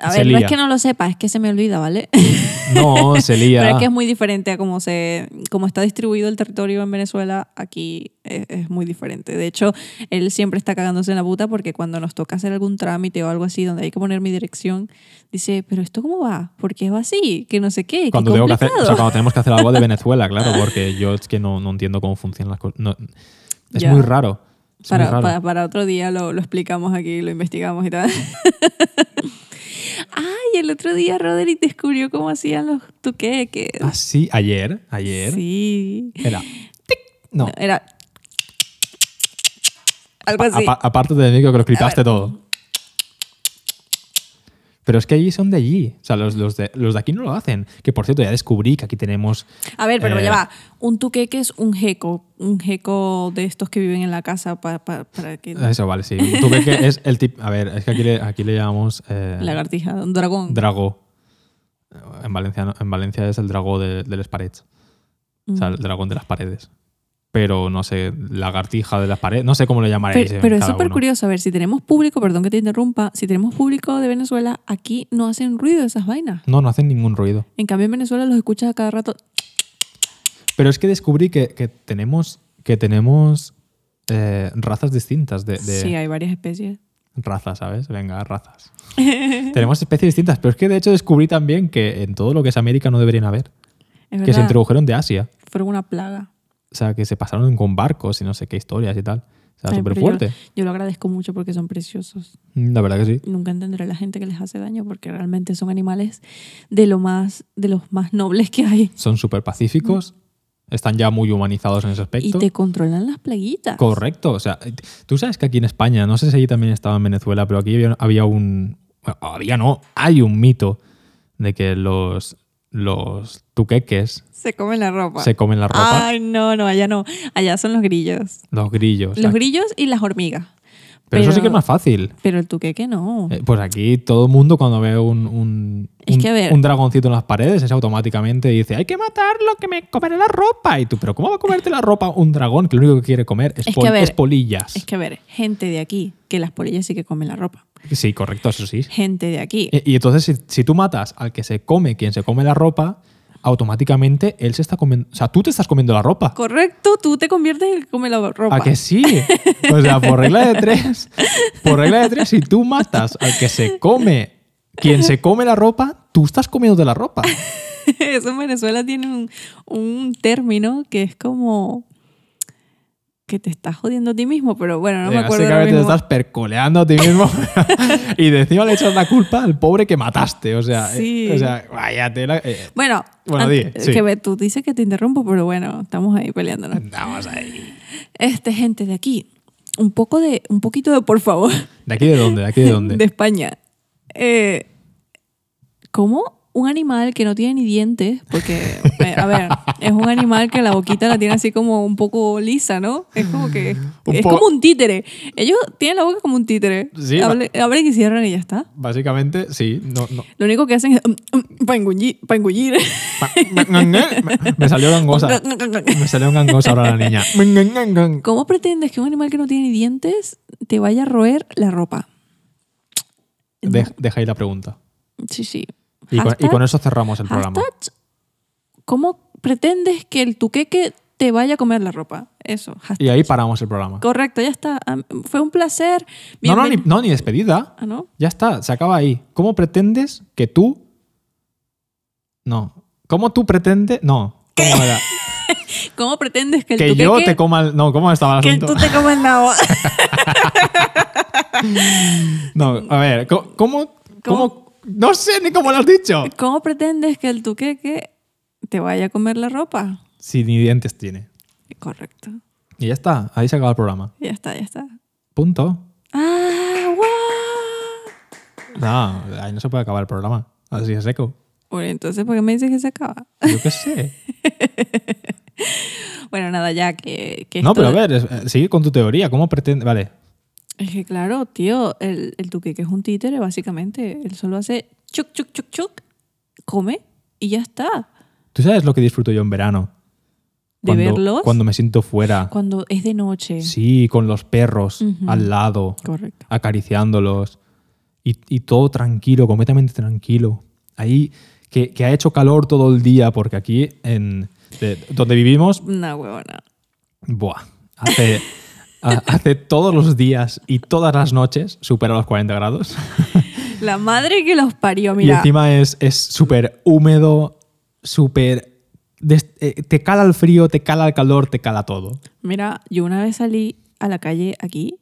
Speaker 2: A
Speaker 1: se
Speaker 2: ver, no
Speaker 1: lía.
Speaker 2: es que no lo sepa, es que se me olvida, ¿vale?
Speaker 1: No, se lía.
Speaker 2: Pero es que es muy diferente a cómo, se, cómo está distribuido el territorio en Venezuela. Aquí es, es muy diferente. De hecho, él siempre está cagándose en la puta porque cuando nos toca hacer algún trámite o algo así donde hay que poner mi dirección, dice, pero ¿esto cómo va? ¿Por qué va así? Que no sé qué.
Speaker 1: cuando,
Speaker 2: que
Speaker 1: tengo que hacer, o
Speaker 2: complicado".
Speaker 1: sea, cuando tenemos que hacer algo de Venezuela, claro, porque yo es que no, no entiendo cómo funcionan las cosas. No, es
Speaker 2: Ya.
Speaker 1: muy raro. Es muy
Speaker 2: para,
Speaker 1: raro.
Speaker 2: para, para otro día lo, lo explicamos aquí, lo investigamos y tal. Ay, el otro día Roderick descubrió cómo hacían los tuqueques.
Speaker 1: Ah, sí, ayer, ayer.
Speaker 2: Sí.
Speaker 1: Era. tic, No.
Speaker 2: Era algo así.
Speaker 1: apa- aparte de mí que lo clipaste todo. Pero es que allí son de allí. O sea, los, los de, los de aquí no lo hacen. Que por cierto, ya descubrí que aquí tenemos.
Speaker 2: A ver, pero
Speaker 1: Eh,
Speaker 2: ya va. Un tuqueque es un jeco. Un jeco de estos que viven en la casa pa- pa- para que...
Speaker 1: Ah, Eso, vale, sí. Tú ves que es el tip. A ver, es que aquí le, aquí le llamamos. eh,
Speaker 2: Lagartija, un dragón.
Speaker 1: Drago. En Valencia, no- en Valencia es el drago de, de las paredes.
Speaker 2: Mm.
Speaker 1: O sea, el dragón de las paredes. Pero no sé, lagartija de las paredes. No sé cómo lo llamaréis.
Speaker 2: pero
Speaker 1: en
Speaker 2: pero es
Speaker 1: cada
Speaker 2: súper
Speaker 1: uno.
Speaker 2: curioso. A ver, si tenemos público, perdón que te interrumpa, si tenemos público de Venezuela, aquí no hacen ruido esas vainas.
Speaker 1: No, no hacen ningún ruido.
Speaker 2: En cambio, en Venezuela los escuchas a cada rato.
Speaker 1: Pero es que descubrí que, que tenemos, que tenemos eh, razas distintas de, de-
Speaker 2: Sí, hay varias especies.
Speaker 1: Razas, ¿sabes? Venga, razas. tenemos especies distintas. Pero es que de hecho descubrí también que en todo lo que es América no deberían haber.
Speaker 2: Es verdad.
Speaker 1: Que se introdujeron de Asia.
Speaker 2: Fueron una plaga.
Speaker 1: O sea, que se pasaron con barcos y no sé qué historias y tal. O sea,
Speaker 2: Ay,
Speaker 1: Ah,
Speaker 2: pero
Speaker 1: súper
Speaker 2: yo-
Speaker 1: fuerte.
Speaker 2: Yo, lo agradezco mucho porque son preciosos.
Speaker 1: La verdad que sí.
Speaker 2: Nunca entenderé la gente que les hace daño porque realmente son animales de lo más, de los más nobles que hay.
Speaker 1: son súper pacíficos, están ya muy humanizados en ese
Speaker 2: Y
Speaker 1: aspecto.
Speaker 2: te controlan las plaguitas.
Speaker 1: Correcto. O sea, tú sabes que aquí en España, no sé si allí también estaba en Venezuela, pero aquí había, había un. bueno, había no, hay un mito de que los, los tuqueques
Speaker 2: Se comen la ropa.
Speaker 1: se comen la ropa,
Speaker 2: Ay, no, no, allá no. Allá son los grillos.
Speaker 1: los grillos.
Speaker 2: los
Speaker 1: Aquí-
Speaker 2: grillos y las hormigas.
Speaker 1: pero, eso sí que es más fácil.
Speaker 2: Pero el tuqueque no.
Speaker 1: Eh, Pues aquí todo el mundo cuando ve un, un,
Speaker 2: Es
Speaker 1: un-
Speaker 2: que, a ver.
Speaker 1: un dragoncito en las paredes es automáticamente dice hay que matarlo que me comeré la ropa y tú pero cómo va a comerte la ropa un dragón que lo único que quiere comer es,
Speaker 2: Es que,
Speaker 1: pol-
Speaker 2: a ver,
Speaker 1: es polillas
Speaker 2: Es que, a ver, gente de aquí, que las polillas sí que comen la ropa.
Speaker 1: Sí, correcto, eso sí.
Speaker 2: Gente de aquí.
Speaker 1: Y, y entonces, si, si tú matas al que se come quien se come la ropa, automáticamente él se está comiendo. O sea, tú te estás comiendo la ropa.
Speaker 2: Correcto, tú te conviertes en el que come la ropa.
Speaker 1: ¿A que sí? O sea, por regla de tres, por regla de tres, si tú matas al que se come quien se come la ropa, tú estás comiéndote la ropa.
Speaker 2: Eso en Venezuela tiene un, un término que es como que te estás jodiendo a ti mismo, pero bueno, no me acuerdo. ahora
Speaker 1: Eh, Básicamente te
Speaker 2: mismo.
Speaker 1: estás percoleando a ti mismo y de encima le echas la culpa al pobre que mataste. O sea, eh,
Speaker 2: Sí.
Speaker 1: o sea vaya tela. eh,
Speaker 2: Bueno,
Speaker 1: Bueno,
Speaker 2: ante-
Speaker 1: di, sí.
Speaker 2: que ve- tú dices que te interrumpo, pero bueno, estamos ahí peleándonos.
Speaker 1: vamos ahí.
Speaker 2: Este gente de aquí, un poco de, un poquito de por favor,
Speaker 1: ¿De aquí de dónde? ¿De aquí de dónde?
Speaker 2: de España. Eh, ¿Cómo un animal que no tiene ni dientes, porque, eh, a ver, es un animal que la boquita la tiene así como un poco lisa, ¿no? Es como que.
Speaker 1: Un
Speaker 2: es
Speaker 1: po-
Speaker 2: como un títere. Ellos tienen la boca como un títere.
Speaker 1: Sí, va-
Speaker 2: Abre- abren y cierran y ya está.
Speaker 1: Básicamente, sí. No, no.
Speaker 2: Lo único que hacen es. para engullir. pa' engullir.
Speaker 1: Me salió gangosa. Me salió gangosa ahora la niña.
Speaker 2: ¿Cómo pretendes que un animal que no tiene ni dientes te vaya a roer la ropa?
Speaker 1: Dej- deja ahí la pregunta.
Speaker 2: Sí, sí.
Speaker 1: Y con, y
Speaker 2: Hashtag-
Speaker 1: con eso cerramos el programa.
Speaker 2: Hashtag, ¿Cómo pretendes que el tuqueque te vaya a comer la ropa? Eso, hashtag.
Speaker 1: Y ahí paramos el programa.
Speaker 2: Correcto, ya está. Am- Fue un placer.
Speaker 1: No, no, ni,
Speaker 2: Bienven-
Speaker 1: no, ni despedida.
Speaker 2: Ah, ¿no?
Speaker 1: Ya está, se acaba ahí. ¿Cómo pretendes que tú... No. ¿Cómo tú pretendes... No. ¿Cómo era?
Speaker 2: ¿Cómo pretendes que el
Speaker 1: Que
Speaker 2: tuqueque
Speaker 1: yo te coma el... No, ¿cómo estaba el
Speaker 2: que
Speaker 1: asunto?
Speaker 2: tú te comas la boca?
Speaker 1: No, a ver, co- ¿cómo, ¿cómo? No sé ni cómo lo has dicho.
Speaker 2: ¿Cómo pretendes que el tuqueque te vaya a comer la ropa?
Speaker 1: Si ni dientes tiene.
Speaker 2: Correcto.
Speaker 1: Y ya está, ahí se acaba el programa.
Speaker 2: Ya está, ya está.
Speaker 1: Punto.
Speaker 2: ¡Ah! ¡Guau!
Speaker 1: No, ahí no se puede acabar el programa. Así es seco.
Speaker 2: Bueno, entonces, ¿por qué me dices que se acaba?
Speaker 1: Yo qué sé.
Speaker 2: Bueno, nada, ya que. que
Speaker 1: No,
Speaker 2: esto-
Speaker 1: pero a ver, es- eh, sigue con tu teoría. ¿Cómo pretendes? Vale.
Speaker 2: Es que claro, tío, el, el tuqueque es un títere, básicamente. Él solo hace chuc, chuc, chuc, chuc, come y ya está.
Speaker 1: ¿Tú sabes lo que disfruto yo en verano?
Speaker 2: De verlos.
Speaker 1: Cuando me siento fuera.
Speaker 2: Cuando es de noche.
Speaker 1: Sí, con los perros
Speaker 2: Ujú.
Speaker 1: al lado,
Speaker 2: Correcto.
Speaker 1: acariciándolos. Y, y todo tranquilo, completamente tranquilo. Ahí, que, que ha hecho calor todo el día, porque aquí, en de- donde vivimos,
Speaker 2: Una huevona.
Speaker 1: Buah. Hace, ha- hace todos los días y todas las noches supera los 40 grados.
Speaker 2: La madre que los parió,
Speaker 1: Y
Speaker 2: mira.
Speaker 1: encima es es súper húmedo, súper... des- eh, Te cala el frío, te cala el calor, te cala todo.
Speaker 2: Mira, yo una vez salí a la calle aquí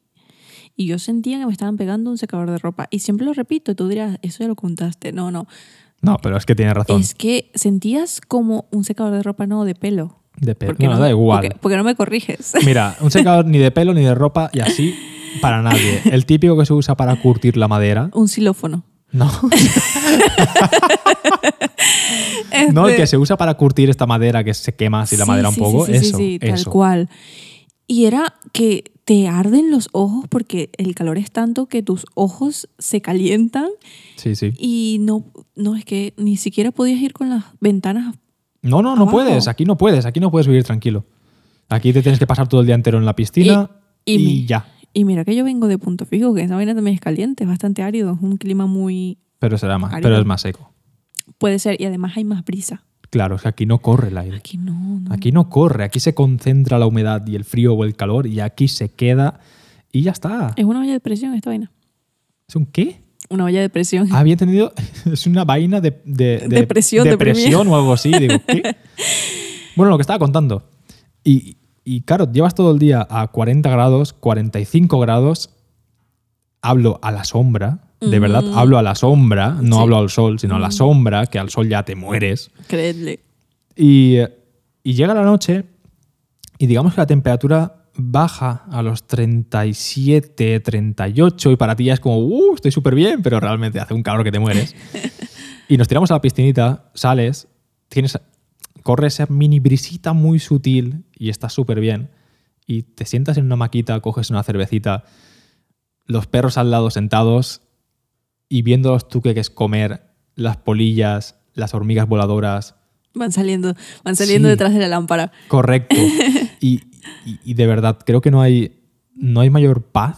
Speaker 2: y yo sentía que me estaban pegando un secador de ropa. Y siempre lo repito, tú dirás, eso ya lo contaste. No, no.
Speaker 1: No, pero es que tienes razón.
Speaker 2: Es que sentías como un secador de ropa, no de pelo.
Speaker 1: De pelo.
Speaker 2: Porque
Speaker 1: No, da igual.
Speaker 2: Porque, porque no me corriges.
Speaker 1: Mira, un secador ni de pelo ni de ropa y así para nadie. El típico que se usa para curtir la madera.
Speaker 2: un xilófono.
Speaker 1: No, no el
Speaker 2: Este-
Speaker 1: que se usa para curtir esta madera que se quema así la
Speaker 2: Sí,
Speaker 1: madera
Speaker 2: sí,
Speaker 1: un poco.
Speaker 2: sí, sí, sí,
Speaker 1: eso,
Speaker 2: sí,
Speaker 1: eso.
Speaker 2: Tal cual. Y era que te arden los ojos porque el calor es tanto que tus ojos se calientan
Speaker 1: Sí, sí.
Speaker 2: y no, no es que ni siquiera podías ir con las ventanas.
Speaker 1: No, no, no
Speaker 2: Abajo.
Speaker 1: puedes. Aquí no puedes. Aquí no puedes vivir tranquilo. Aquí te tienes que pasar todo el día entero en la piscina y,
Speaker 2: Y- y mi-
Speaker 1: ya.
Speaker 2: Y mira que yo vengo de Punto Fijo, que esa vaina también es caliente, es bastante árido, es un clima muy...
Speaker 1: Pero será más.
Speaker 2: Árido.
Speaker 1: Pero es más seco.
Speaker 2: Puede ser, y además hay más brisa.
Speaker 1: Claro, es que aquí no corre el aire.
Speaker 2: Aquí no, no.
Speaker 1: Aquí no corre. Aquí se concentra la humedad y el frío o el calor y aquí se queda y ya está.
Speaker 2: Es una olla de presión esta vaina.
Speaker 1: ¿Es un qué? Ah,
Speaker 2: Una olla de presión.
Speaker 1: Había entendido. Es una vaina de. de, de
Speaker 2: Depresión,
Speaker 1: de
Speaker 2: deprimida.
Speaker 1: presión o algo así. Digo, ¿qué? Bueno, lo que estaba contando. Y, y claro, llevas todo el día a 40 grados, 45 grados. Hablo a la sombra. De verdad, hablo a la sombra.
Speaker 2: Mm.
Speaker 1: No
Speaker 2: Sí. Mm.
Speaker 1: hablo al sol, sino a la sombra, que al sol ya te mueres.
Speaker 2: Creedle.
Speaker 1: Y, y llega la noche y digamos que la temperatura baja a los 37, 38 y para ti ya es como, "Uh, estoy súper bien, pero realmente hace un calor que te mueres. y nos tiramos a la piscinita, sales, tienes, corre esa mini brisita muy sutil y estás súper bien. Y te sientas en una maquita, coges una cervecita, los perros al lado sentados y viéndolos tú que es comer las polillas, las hormigas voladoras,
Speaker 2: Van saliendo, van saliendo
Speaker 1: Sí.
Speaker 2: detrás de la lámpara.
Speaker 1: Correcto. Y, y- y de verdad, creo que no hay, no hay mayor paz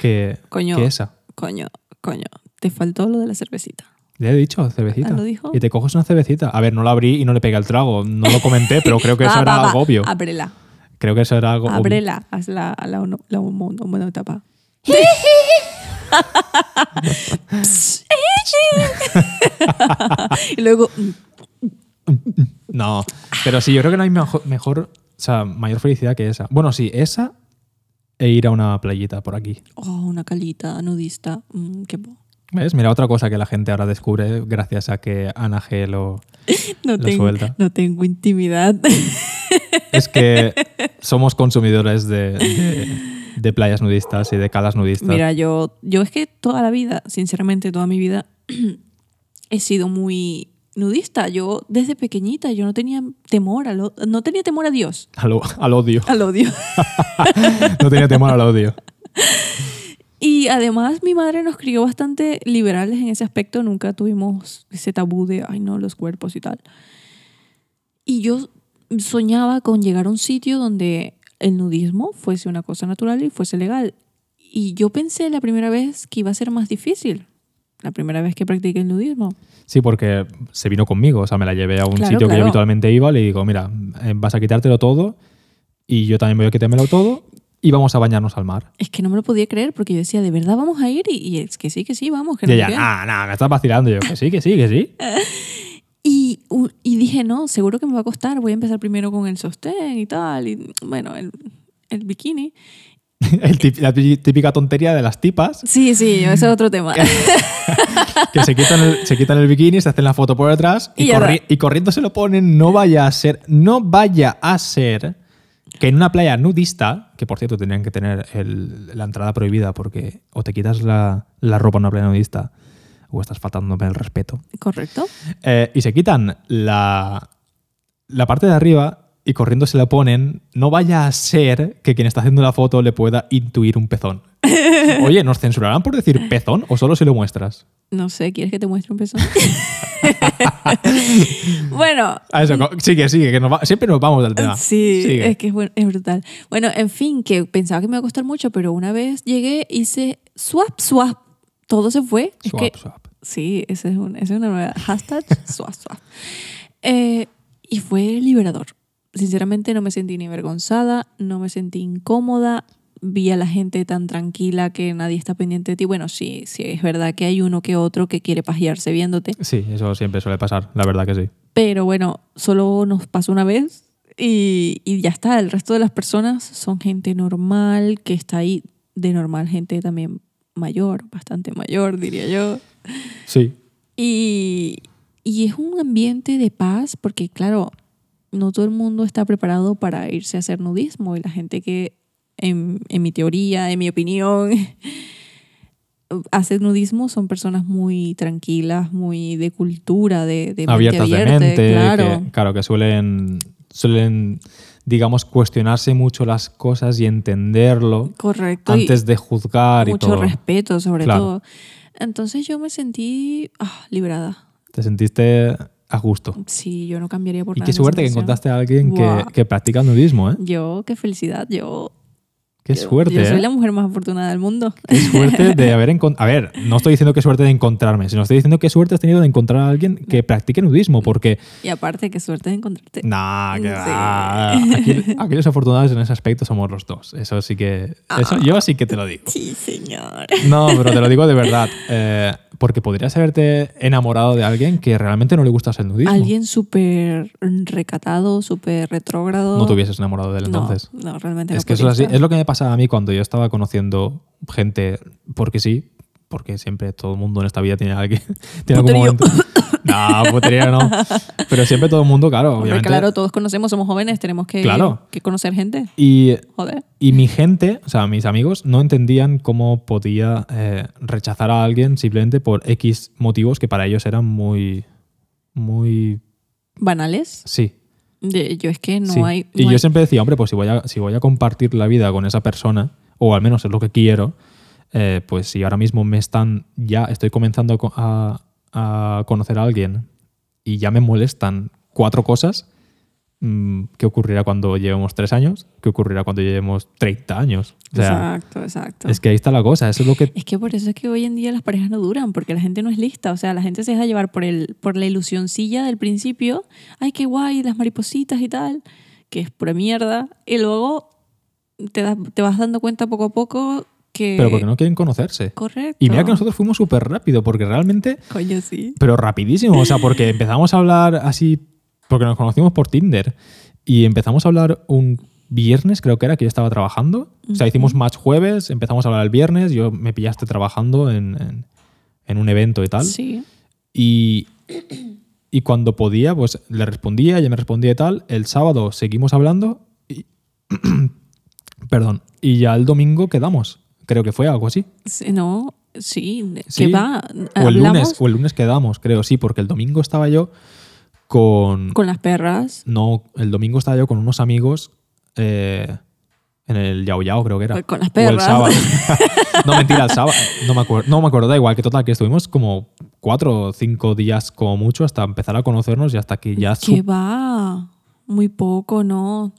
Speaker 1: que,
Speaker 2: Coño.
Speaker 1: que esa.
Speaker 2: Coño, coño, te faltó lo de la cervecita.
Speaker 1: Ya he dicho, cervecita.
Speaker 2: Ah, ¿lo dijo?
Speaker 1: Y te coges una cervecita. A ver, no la abrí y no le pegué el trago. No lo comenté, pero creo que eso
Speaker 2: Va,
Speaker 1: era
Speaker 2: va, va.
Speaker 1: algo obvio.
Speaker 2: Ábrela,
Speaker 1: Creo que eso era algo obvio.
Speaker 2: ábrela, haz la, la, ono- la homo- homonotapa. y luego, mm,
Speaker 1: No, pero sí, yo creo que no hay mejo- mejor, o sea, mayor felicidad que esa. Bueno, sí, esa e ir a una playita por aquí.
Speaker 2: oh, una calita nudista, mm, qué bo.
Speaker 1: ¿Ves? Mira, otra cosa que la gente ahora descubre gracias a que Ana G lo,
Speaker 2: No,
Speaker 1: Lo
Speaker 2: tengo,
Speaker 1: suelta.
Speaker 2: no tengo intimidad.
Speaker 1: es que somos consumidores de, de- de playas nudistas y de calas nudistas.
Speaker 2: Mira, yo, yo es que toda la vida, sinceramente toda mi vida, he sido muy nudista. Yo desde pequeñita yo no tenía temor, al o- no tenía temor a Dios,
Speaker 1: Al, o- al odio.
Speaker 2: al odio.
Speaker 1: no tenía temor al odio.
Speaker 2: Y además mi madre nos crió bastante liberales en ese aspecto, nunca tuvimos ese tabú de, ay no, los cuerpos y tal. Y yo soñaba con llegar a un sitio donde el nudismo fuese una cosa natural y fuese legal. Y yo pensé la primera vez que iba a ser más difícil, la primera vez que practiqué el nudismo.
Speaker 1: Sí, porque se vino conmigo, o sea, me la llevé a un
Speaker 2: Claro,
Speaker 1: sitio que yo
Speaker 2: claro.
Speaker 1: habitualmente iba, le digo, mira, eh, vas a quitártelo todo y yo también voy a quitármelo todo y vamos a bañarnos al mar.
Speaker 2: Es que no me lo podía creer porque yo decía, ¿de verdad vamos a ir? Y, y es que sí, que sí, vamos. Que
Speaker 1: Y
Speaker 2: no sé
Speaker 1: ella,
Speaker 2: qué.
Speaker 1: nah, nah, me estás vacilando. Y yo, que sí, que sí, que sí.
Speaker 2: Y, u- y dije, no, seguro que me va a costar, voy a empezar primero con el sostén y tal, y bueno, el, el bikini.
Speaker 1: El tip- la pi- típica tontería de las tipas
Speaker 2: Sí, sí, ese es otro tema.
Speaker 1: que se quitan el, se quitan el bikini, se hacen la foto por detrás y,
Speaker 2: Y ya
Speaker 1: corri-
Speaker 2: va.
Speaker 1: y corriendo se lo ponen. No vaya a ser, no vaya a ser que en una playa nudista, que por cierto tenían que tener el- la entrada prohibida porque o te quitas la, la ropa en una playa nudista o estás faltándome el respeto.
Speaker 2: Correcto.
Speaker 1: Eh, y se quitan la, la parte de arriba y corriendo se la ponen. No vaya a ser que quien está haciendo la foto le pueda intuir un pezón. Oye, ¿nos censurarán por decir pezón o solo si lo muestras?
Speaker 2: No sé, ¿quieres que te muestre un pezón? bueno,
Speaker 1: A eso, co- sigue, sigue, que nos va- siempre nos vamos del tema.
Speaker 2: sí,
Speaker 1: Sigue.
Speaker 2: es que es, buen- es brutal. Bueno, en fin, que pensaba que me iba a costar mucho, pero una vez llegué, hice swap, swap, todo se fue. Es
Speaker 1: Swap,
Speaker 2: que-
Speaker 1: swap.
Speaker 2: Sí, esa es, un- esa es una nueva hashtag, swap, swap. Eh, y fue liberador. Sinceramente no me sentí ni avergonzada, no me sentí incómoda, vi a la gente tan tranquila que nadie está pendiente de ti. Bueno, sí, sí, es verdad que hay uno que otro que quiere pajearse viéndote,
Speaker 1: Sí, eso siempre suele pasar, la verdad que sí.
Speaker 2: pero bueno, solo nos pasó una vez y, y ya está. El resto de las personas son gente normal que está ahí, de normal gente también mayor, bastante mayor, diría yo.
Speaker 1: Sí.
Speaker 2: Y, y es un ambiente de paz porque, claro, no todo el mundo está preparado para irse a hacer nudismo y la gente que, en, en mi teoría, en mi opinión, hace nudismo son personas muy tranquilas, muy de cultura, de, de mente
Speaker 1: Abiertas de
Speaker 2: abierta,
Speaker 1: mente,
Speaker 2: claro.
Speaker 1: que, claro, que suelen, suelen, digamos, cuestionarse mucho las cosas y entenderlo
Speaker 2: Correcto. y-
Speaker 1: antes de juzgar y
Speaker 2: mucho
Speaker 1: todo.
Speaker 2: respeto sobre
Speaker 1: Claro.
Speaker 2: todo. Entonces yo me sentí ah, liberada.
Speaker 1: Te sentiste a gusto.
Speaker 2: Sí, yo no cambiaría por
Speaker 1: Y
Speaker 2: nada.
Speaker 1: qué
Speaker 2: esa
Speaker 1: suerte que
Speaker 2: sensación.
Speaker 1: encontraste a alguien que,
Speaker 2: Guau.
Speaker 1: que practica el nudismo, ¿eh?
Speaker 2: Yo, qué felicidad, yo...
Speaker 1: Qué
Speaker 2: yo-
Speaker 1: suerte,
Speaker 2: Yo soy
Speaker 1: ¿eh?
Speaker 2: la mujer más afortunada del mundo.
Speaker 1: Qué suerte de haber encontrado... A ver, no estoy diciendo qué suerte de encontrarme, sino estoy diciendo qué suerte has tenido de encontrar a alguien que practique nudismo, porque...
Speaker 2: Y aparte, qué suerte de encontrarte.
Speaker 1: Nah,
Speaker 2: Sí.
Speaker 1: que va. Aquí, aquí los afortunados en ese aspecto somos los dos. Eso sí que... Eso, yo sí que te lo digo.
Speaker 2: Sí, señor.
Speaker 1: No, pero te lo digo de verdad. eh, porque podrías haberte enamorado de alguien que realmente no le gusta el nudismo.
Speaker 2: Alguien súper recatado, súper retrógrado.
Speaker 1: No te hubieses enamorado de él
Speaker 2: No,
Speaker 1: entonces.
Speaker 2: No, realmente no
Speaker 1: Es que eso
Speaker 2: podría
Speaker 1: es, así.
Speaker 2: estar.
Speaker 1: Es lo que me pasaba a mí cuando yo estaba conociendo gente, porque sí, porque siempre todo el mundo en esta vida tiene alguien. Tiene algún
Speaker 2: Puterío.
Speaker 1: momento. No, putería no. Pero siempre todo el mundo, claro,
Speaker 2: Hombre,
Speaker 1: obviamente.
Speaker 2: claro, todos conocemos, somos jóvenes, tenemos que,
Speaker 1: Claro.
Speaker 2: que conocer gente.
Speaker 1: Y,
Speaker 2: Joder.
Speaker 1: y mi gente, o sea, mis amigos, no entendían cómo podía eh, rechazar a alguien simplemente por X motivos que para ellos eran muy. Muy.
Speaker 2: Banales.
Speaker 1: Sí,
Speaker 2: De- Yo es que no
Speaker 1: Sí.
Speaker 2: hay.
Speaker 1: y
Speaker 2: no
Speaker 1: yo
Speaker 2: hay-
Speaker 1: siempre decía, hombre, pues si voy, a, si voy a compartir la vida con esa persona, o al menos es lo que quiero, eh, pues si ahora mismo me están, ya estoy comenzando a co- a, a conocer a alguien y ya me molestan cuatro cosas, mm, ¿qué ocurrirá cuando llevemos tres años? ¿Qué ocurrirá cuando llevemos 30 años? O sea,
Speaker 2: exacto, exacto.
Speaker 1: es que ahí está la cosa, eso es lo que...
Speaker 2: Es que por eso es que hoy en día las parejas no duran, porque la gente no es lista. O sea, la gente se deja llevar por, el, por la ilusioncilla del principio. Ay, qué guay, las maripositas y tal, que es pura mierda. Y luego te, das- te vas dando cuenta poco a poco que.
Speaker 1: Pero porque no quieren conocerse.
Speaker 2: Correcto.
Speaker 1: Y mira que nosotros fuimos súper rápido, porque realmente
Speaker 2: Coño, sí.
Speaker 1: pero rapidísimo, o sea, porque empezamos a hablar así, porque nos conocimos por Tinder y empezamos a hablar un viernes, creo que era, que yo estaba trabajando. O sea, hicimos match jueves, empezamos a hablar el viernes, yo me pillaste trabajando en, en- en un evento y tal.
Speaker 2: Sí.
Speaker 1: Y, y cuando podía, pues le respondía, ella me respondía y tal. El sábado seguimos hablando y... Perdón. Y ya el domingo quedamos. Creo que fue algo así.
Speaker 2: Sí, No, Sí,
Speaker 1: Sí.
Speaker 2: que va.
Speaker 1: O el, lunes,
Speaker 2: Hablamos
Speaker 1: o el lunes quedamos, creo, sí, porque el domingo estaba yo con...
Speaker 2: con las perras.
Speaker 1: No, el domingo estaba yo con unos amigos eh, en el Yao Yao, creo que era.
Speaker 2: Pues con las
Speaker 1: O el
Speaker 2: perras.
Speaker 1: sábado. no, mentira, el sábado. No me, acuerdo, no me acuerdo, da igual, que total, que estuvimos como cuatro o cinco días como mucho hasta empezar a conocernos y hasta que ya...
Speaker 2: Que
Speaker 1: su-
Speaker 2: va. Muy poco, no.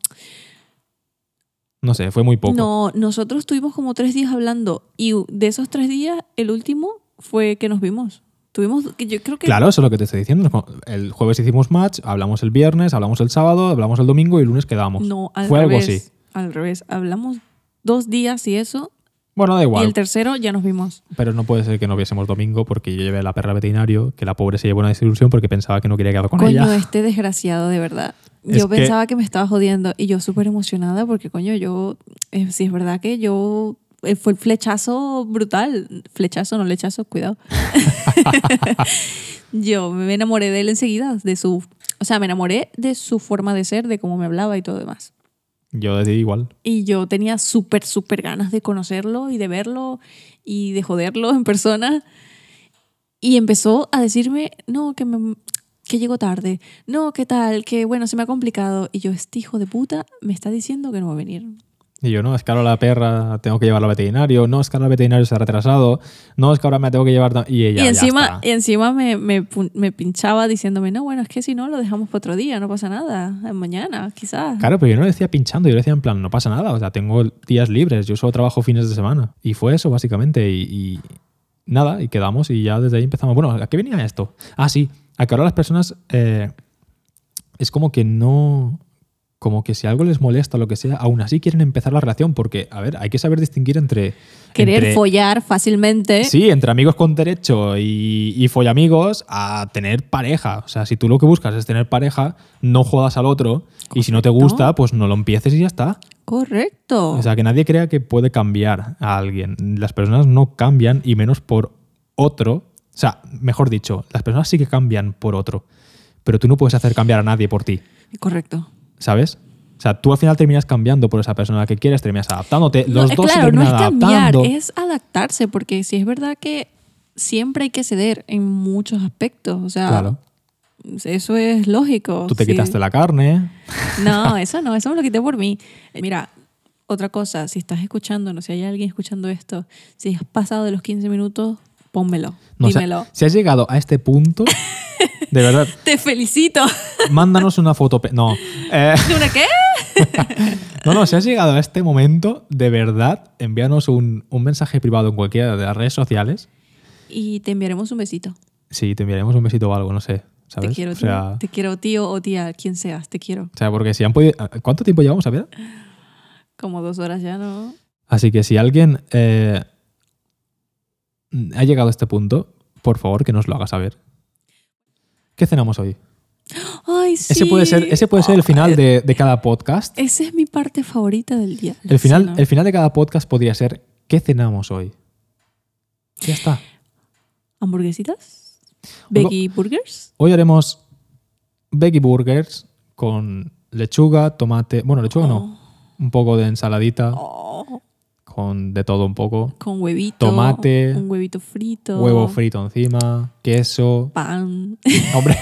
Speaker 1: No sé, fue muy poco.
Speaker 2: No, nosotros estuvimos como tres días hablando y de esos tres días, el último fue que nos vimos. Tuvimos, que yo creo que
Speaker 1: Claro, eso es lo que te estoy diciendo. Nos con- El jueves hicimos match, hablamos el viernes, hablamos el sábado, hablamos el domingo y el lunes quedamos.
Speaker 2: no, al
Speaker 1: Fue algo
Speaker 2: revés.
Speaker 1: así.
Speaker 2: Al revés, hablamos dos días y eso,
Speaker 1: Bueno, da igual.
Speaker 2: y el tercero ya nos vimos.
Speaker 1: Pero no puede ser que no viésemos domingo porque yo llevé a la perra al veterinario, que la pobre se llevó una desilusión porque pensaba que no quería quedar con
Speaker 2: coño,
Speaker 1: ella.
Speaker 2: este desgraciado, de verdad.
Speaker 1: Es
Speaker 2: yo
Speaker 1: que-
Speaker 2: pensaba que me estaba jodiendo y yo súper emocionada porque, coño, yo, eh, si es verdad que yo, eh, fue el flechazo brutal, flechazo, no lechazo, cuidado. yo me enamoré de él enseguida, de su, o sea, me enamoré de su forma de ser, de cómo me hablaba y todo demás.
Speaker 1: Yo decidí igual.
Speaker 2: Y yo tenía súper, súper ganas de conocerlo y de verlo y de joderlo en persona. Y empezó a decirme, no, que, me, que llego tarde, no, que tal, que bueno, se me ha complicado. Y yo, este hijo de puta me está diciendo que no va a venir.
Speaker 1: Y yo, no, es que ahora la perra tengo que llevarla al veterinario, no, es que ahora el veterinario se ha retrasado, no, es que ahora me tengo que llevar... ta- Y ella,
Speaker 2: y
Speaker 1: ya
Speaker 2: encima, e-,
Speaker 1: está.
Speaker 2: y encima me, me pu- me pinchaba diciéndome, no, bueno, es que si no, lo dejamos para otro día, no pasa nada, eh, mañana quizás.
Speaker 1: Claro, pero yo no le decía pinchando, yo le decía en plan, no pasa nada, o sea, tengo días libres, yo solo trabajo fines de semana. Y fue eso, básicamente, y, y nada, y quedamos y ya desde ahí empezamos. Bueno, ¿a qué venía esto? Ah, sí, a que ahora las personas eh, es como que no, como que si algo les molesta o lo que sea, aún así quieren empezar la relación, porque, a ver, hay que saber distinguir entre...
Speaker 2: Querer
Speaker 1: entre-
Speaker 2: follar fácilmente.
Speaker 1: Sí, entre amigos con derecho y, y follamigos a tener pareja. O sea, si tú lo que buscas es tener pareja, no jodas al otro. Y si no te
Speaker 2: Correcto.
Speaker 1: gusta, pues no lo empieces y ya está.
Speaker 2: Correcto.
Speaker 1: O sea, que nadie crea que puede cambiar a alguien. Las personas no cambian y menos por otro. O sea, mejor dicho, las personas sí que cambian por otro. Pero tú no puedes hacer cambiar a nadie por ti,
Speaker 2: Correcto.
Speaker 1: ¿sabes? O sea, tú al final terminas cambiando por esa persona a la que quieres, terminas adaptándote. Los
Speaker 2: No, eh,
Speaker 1: dos se
Speaker 2: claro, no
Speaker 1: terminan
Speaker 2: es cambiar,
Speaker 1: adaptando.
Speaker 2: es adaptarse, porque si es verdad que siempre hay que ceder en muchos aspectos, o sea,
Speaker 1: Claro.
Speaker 2: eso es lógico.
Speaker 1: Tú te
Speaker 2: sí.
Speaker 1: quitaste la carne.
Speaker 2: No, eso no, eso me lo quité por mí. Eh, Mira, otra cosa, si estás escuchando, no sé, hay alguien escuchando esto, si has pasado de los 15 minutos, pónmelo,
Speaker 1: No, o sea,
Speaker 2: dímelo.
Speaker 1: si has llegado a este punto, de verdad,
Speaker 2: Te felicito.
Speaker 1: mándanos una foto. pe- No. Eh,
Speaker 2: ¿De una qué?
Speaker 1: no, no, si has llegado a este momento, de verdad, envíanos un, un mensaje privado en cualquiera de las redes sociales.
Speaker 2: Y te enviaremos un besito.
Speaker 1: Sí, te enviaremos un besito o algo, no sé. ¿sabes?
Speaker 2: Te quiero,
Speaker 1: o
Speaker 2: tío.
Speaker 1: sea,
Speaker 2: Te quiero, tío o tía, quien seas, te quiero.
Speaker 1: o sea, porque si han podido. ¿Cuánto tiempo llevamos a ver?
Speaker 2: Como dos horas ya, ¿no?
Speaker 1: Así que si alguien eh, ha llegado a este punto, por favor que nos lo haga saber. ¿Qué cenamos hoy?
Speaker 2: Ay, sí. Oh, eh.
Speaker 1: Ese puede ser, ese puede ser el final de, de cada podcast.
Speaker 2: Esa es mi parte favorita del día.
Speaker 1: El final,
Speaker 2: Sí, ¿no?
Speaker 1: el final de cada podcast podría ser ¿qué cenamos hoy? Ya está.
Speaker 2: ¿Hamburguesitas? ¿Veggie burgers?
Speaker 1: Hoy haremos veggie burgers con lechuga, tomate, bueno, lechuga no, un poco de ensaladita
Speaker 2: Oh,
Speaker 1: con de todo un poco,
Speaker 2: con huevito.
Speaker 1: Tomate.
Speaker 2: Un huevito frito.
Speaker 1: huevo frito encima, queso.
Speaker 2: Pan.
Speaker 1: Hombre,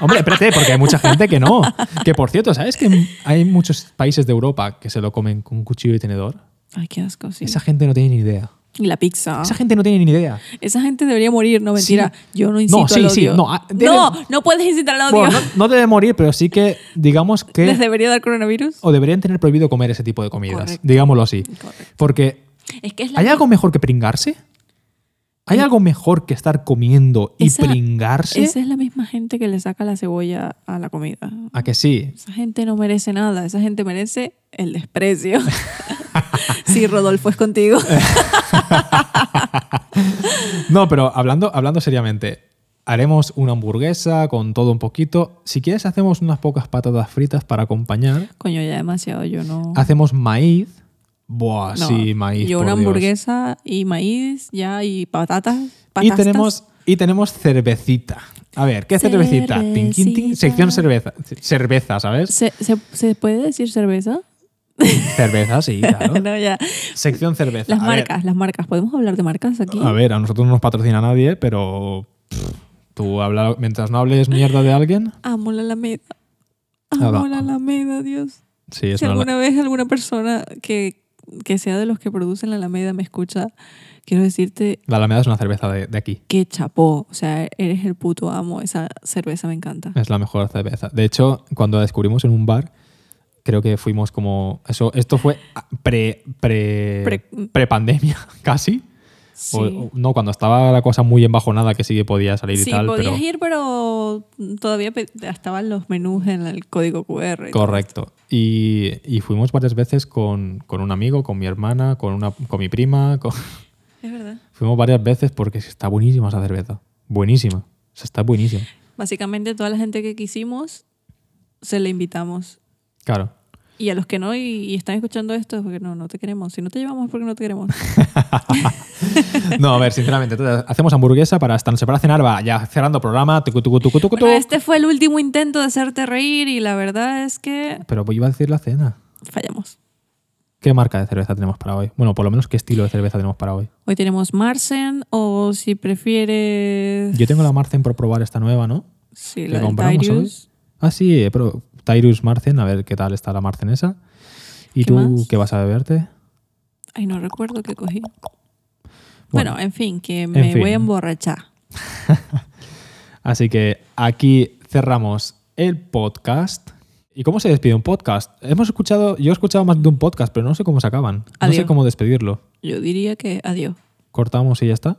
Speaker 1: hombre, espérate, porque hay mucha gente que no. Que por cierto, ¿sabes que hay muchos países de Europa que se lo comen con cuchillo y tenedor?
Speaker 2: Ay, qué asco, sí.
Speaker 1: Esa gente no tiene ni idea.
Speaker 2: Y la pizza.
Speaker 1: Esa
Speaker 2: Esa,
Speaker 1: gente no tiene ni idea.
Speaker 2: gente debería morir, no mentira. Yo no incito
Speaker 1: No, sí,
Speaker 2: al
Speaker 1: sí,
Speaker 2: odio.
Speaker 1: no, ah, deben-
Speaker 2: no, no puedes incitar al odio.
Speaker 1: Bueno, no, no debe morir, pero sí que digamos que...
Speaker 2: ¿Les debería dar coronavirus?
Speaker 1: o deberían tener prohibido comer ese tipo de comidas,
Speaker 2: Correcto.
Speaker 1: digámoslo así.
Speaker 2: Correcto.
Speaker 1: Porque
Speaker 2: Es que es la
Speaker 1: ¿hay algo mejor que pringarse? ¿Hay algo mejor que estar comiendo y
Speaker 2: Esa-
Speaker 1: pringarse?
Speaker 2: Esa es la misma gente que le saca la cebolla a la comida.
Speaker 1: ¿A que sí?
Speaker 2: Esa gente no merece nada, esa gente merece el desprecio. sí, Rodolfo es contigo.
Speaker 1: No, pero hablando, hablando seriamente, haremos una hamburguesa con todo un poquito. Si quieres hacemos unas pocas patatas fritas para acompañar.
Speaker 2: Coño, ya demasiado, yo no.
Speaker 1: Hacemos maíz. Buah,
Speaker 2: no.
Speaker 1: Ah, sí, maíz.
Speaker 2: Yo
Speaker 1: por
Speaker 2: una
Speaker 1: Dios.
Speaker 2: hamburguesa y maíz ya y patatas.
Speaker 1: Y
Speaker 2: patastas.
Speaker 1: tenemos, y tenemos cervecita. A ver, ¿qué cervecita? Tin, tin, tin,
Speaker 2: Cervecita.
Speaker 1: sección cerveza. Cerveza, ¿sabes?
Speaker 2: ¿Se, se, se puede decir cerveza?
Speaker 1: Cerveza, sí, claro.
Speaker 2: No, ya.
Speaker 1: Sección cerveza.
Speaker 2: Las
Speaker 1: A ver,
Speaker 2: marcas, las marcas. ¿Podemos hablar de marcas aquí?
Speaker 1: A ver, a nosotros no nos patrocina nadie, pero pff, tú habla, mientras no hables mierda de alguien.
Speaker 2: Amo la Alameda.
Speaker 1: Ah, va.
Speaker 2: Amo la Alameda, Dios.
Speaker 1: Sí, es
Speaker 2: Si
Speaker 1: una-
Speaker 2: alguna vez alguna persona que, que sea de los que producen la Alameda me escucha, quiero decirte
Speaker 1: la Alameda es una cerveza de, de aquí.
Speaker 2: que chapó. O sea, eres el puto amo. Esa cerveza me encanta.
Speaker 1: Es la mejor cerveza. De hecho, cuando la descubrimos en un bar, creo que fuimos como. Eso, esto fue ah, pre, pre,
Speaker 2: Pre-
Speaker 1: pre-pandemia, casi.
Speaker 2: Sí,
Speaker 1: O- o- no, cuando estaba la cosa muy embajonada, que sí que podía salir
Speaker 2: Sí,
Speaker 1: y tal.
Speaker 2: podías
Speaker 1: pero...
Speaker 2: ir, pero todavía pe- estaban los menús en el código QR. y todo.
Speaker 1: Correcto. Y, y fuimos varias veces con, con un amigo, con mi hermana, con, una, con mi prima. con-
Speaker 2: Es verdad.
Speaker 1: Fuimos varias veces porque es que está buenísima esa cerveza. Buenísima. O sea, está buenísima.
Speaker 2: Básicamente toda la gente que quisimos se le invitamos.
Speaker 1: Claro.
Speaker 2: Y a los que no y, y están escuchando esto es porque no, no te queremos. Si no te llevamos es porque no te queremos.
Speaker 1: No, a ver, sinceramente, entonces, hacemos hamburguesa para hasta no se para cenar, va ya cerrando programa. tucu, tucu, tucu, tucu,
Speaker 2: Bueno,
Speaker 1: tucu.
Speaker 2: este fue el último intento de hacerte reír y la verdad es que
Speaker 1: Pero pues iba a decir la cena.
Speaker 2: fallamos.
Speaker 1: ¿Qué marca de cerveza tenemos para hoy? Bueno, por lo menos qué estilo de cerveza tenemos para hoy.
Speaker 2: Hoy tenemos Marcen o si prefieres...
Speaker 1: Yo tengo la Marcen por probar esta nueva, ¿no?
Speaker 2: sí,
Speaker 1: ¿Qué
Speaker 2: la del
Speaker 1: compramos hoy?
Speaker 2: Tyrus.
Speaker 1: Ah, sí, pero Tyrus Marcen, a ver qué tal está la Marcen esa. ¿Y
Speaker 2: ¿Qué
Speaker 1: tú
Speaker 2: más?
Speaker 1: qué vas a beberte?
Speaker 2: Ay, no recuerdo qué cogí.
Speaker 1: Bueno.
Speaker 2: Bueno, en fin, que me
Speaker 1: fin.
Speaker 2: voy a emborrachar.
Speaker 1: Así que aquí cerramos el podcast. ¿Y cómo se despide un podcast? Hemos escuchado, yo he escuchado más de un podcast, pero no sé cómo se acaban. No sé
Speaker 2: Adiós.
Speaker 1: cómo despedirlo.
Speaker 2: Yo diría que adiós.
Speaker 1: Cortamos y ya está.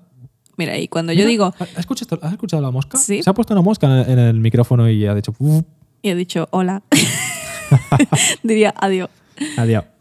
Speaker 2: Mira, y cuando
Speaker 1: Mira,
Speaker 2: yo digo,
Speaker 1: ¿Has escuchado, has escuchado la mosca?
Speaker 2: Sí.
Speaker 1: Se ha puesto una mosca en el, en el micrófono y ha dicho, "Uf,
Speaker 2: y he dicho hola, diría adiós.
Speaker 1: adiós.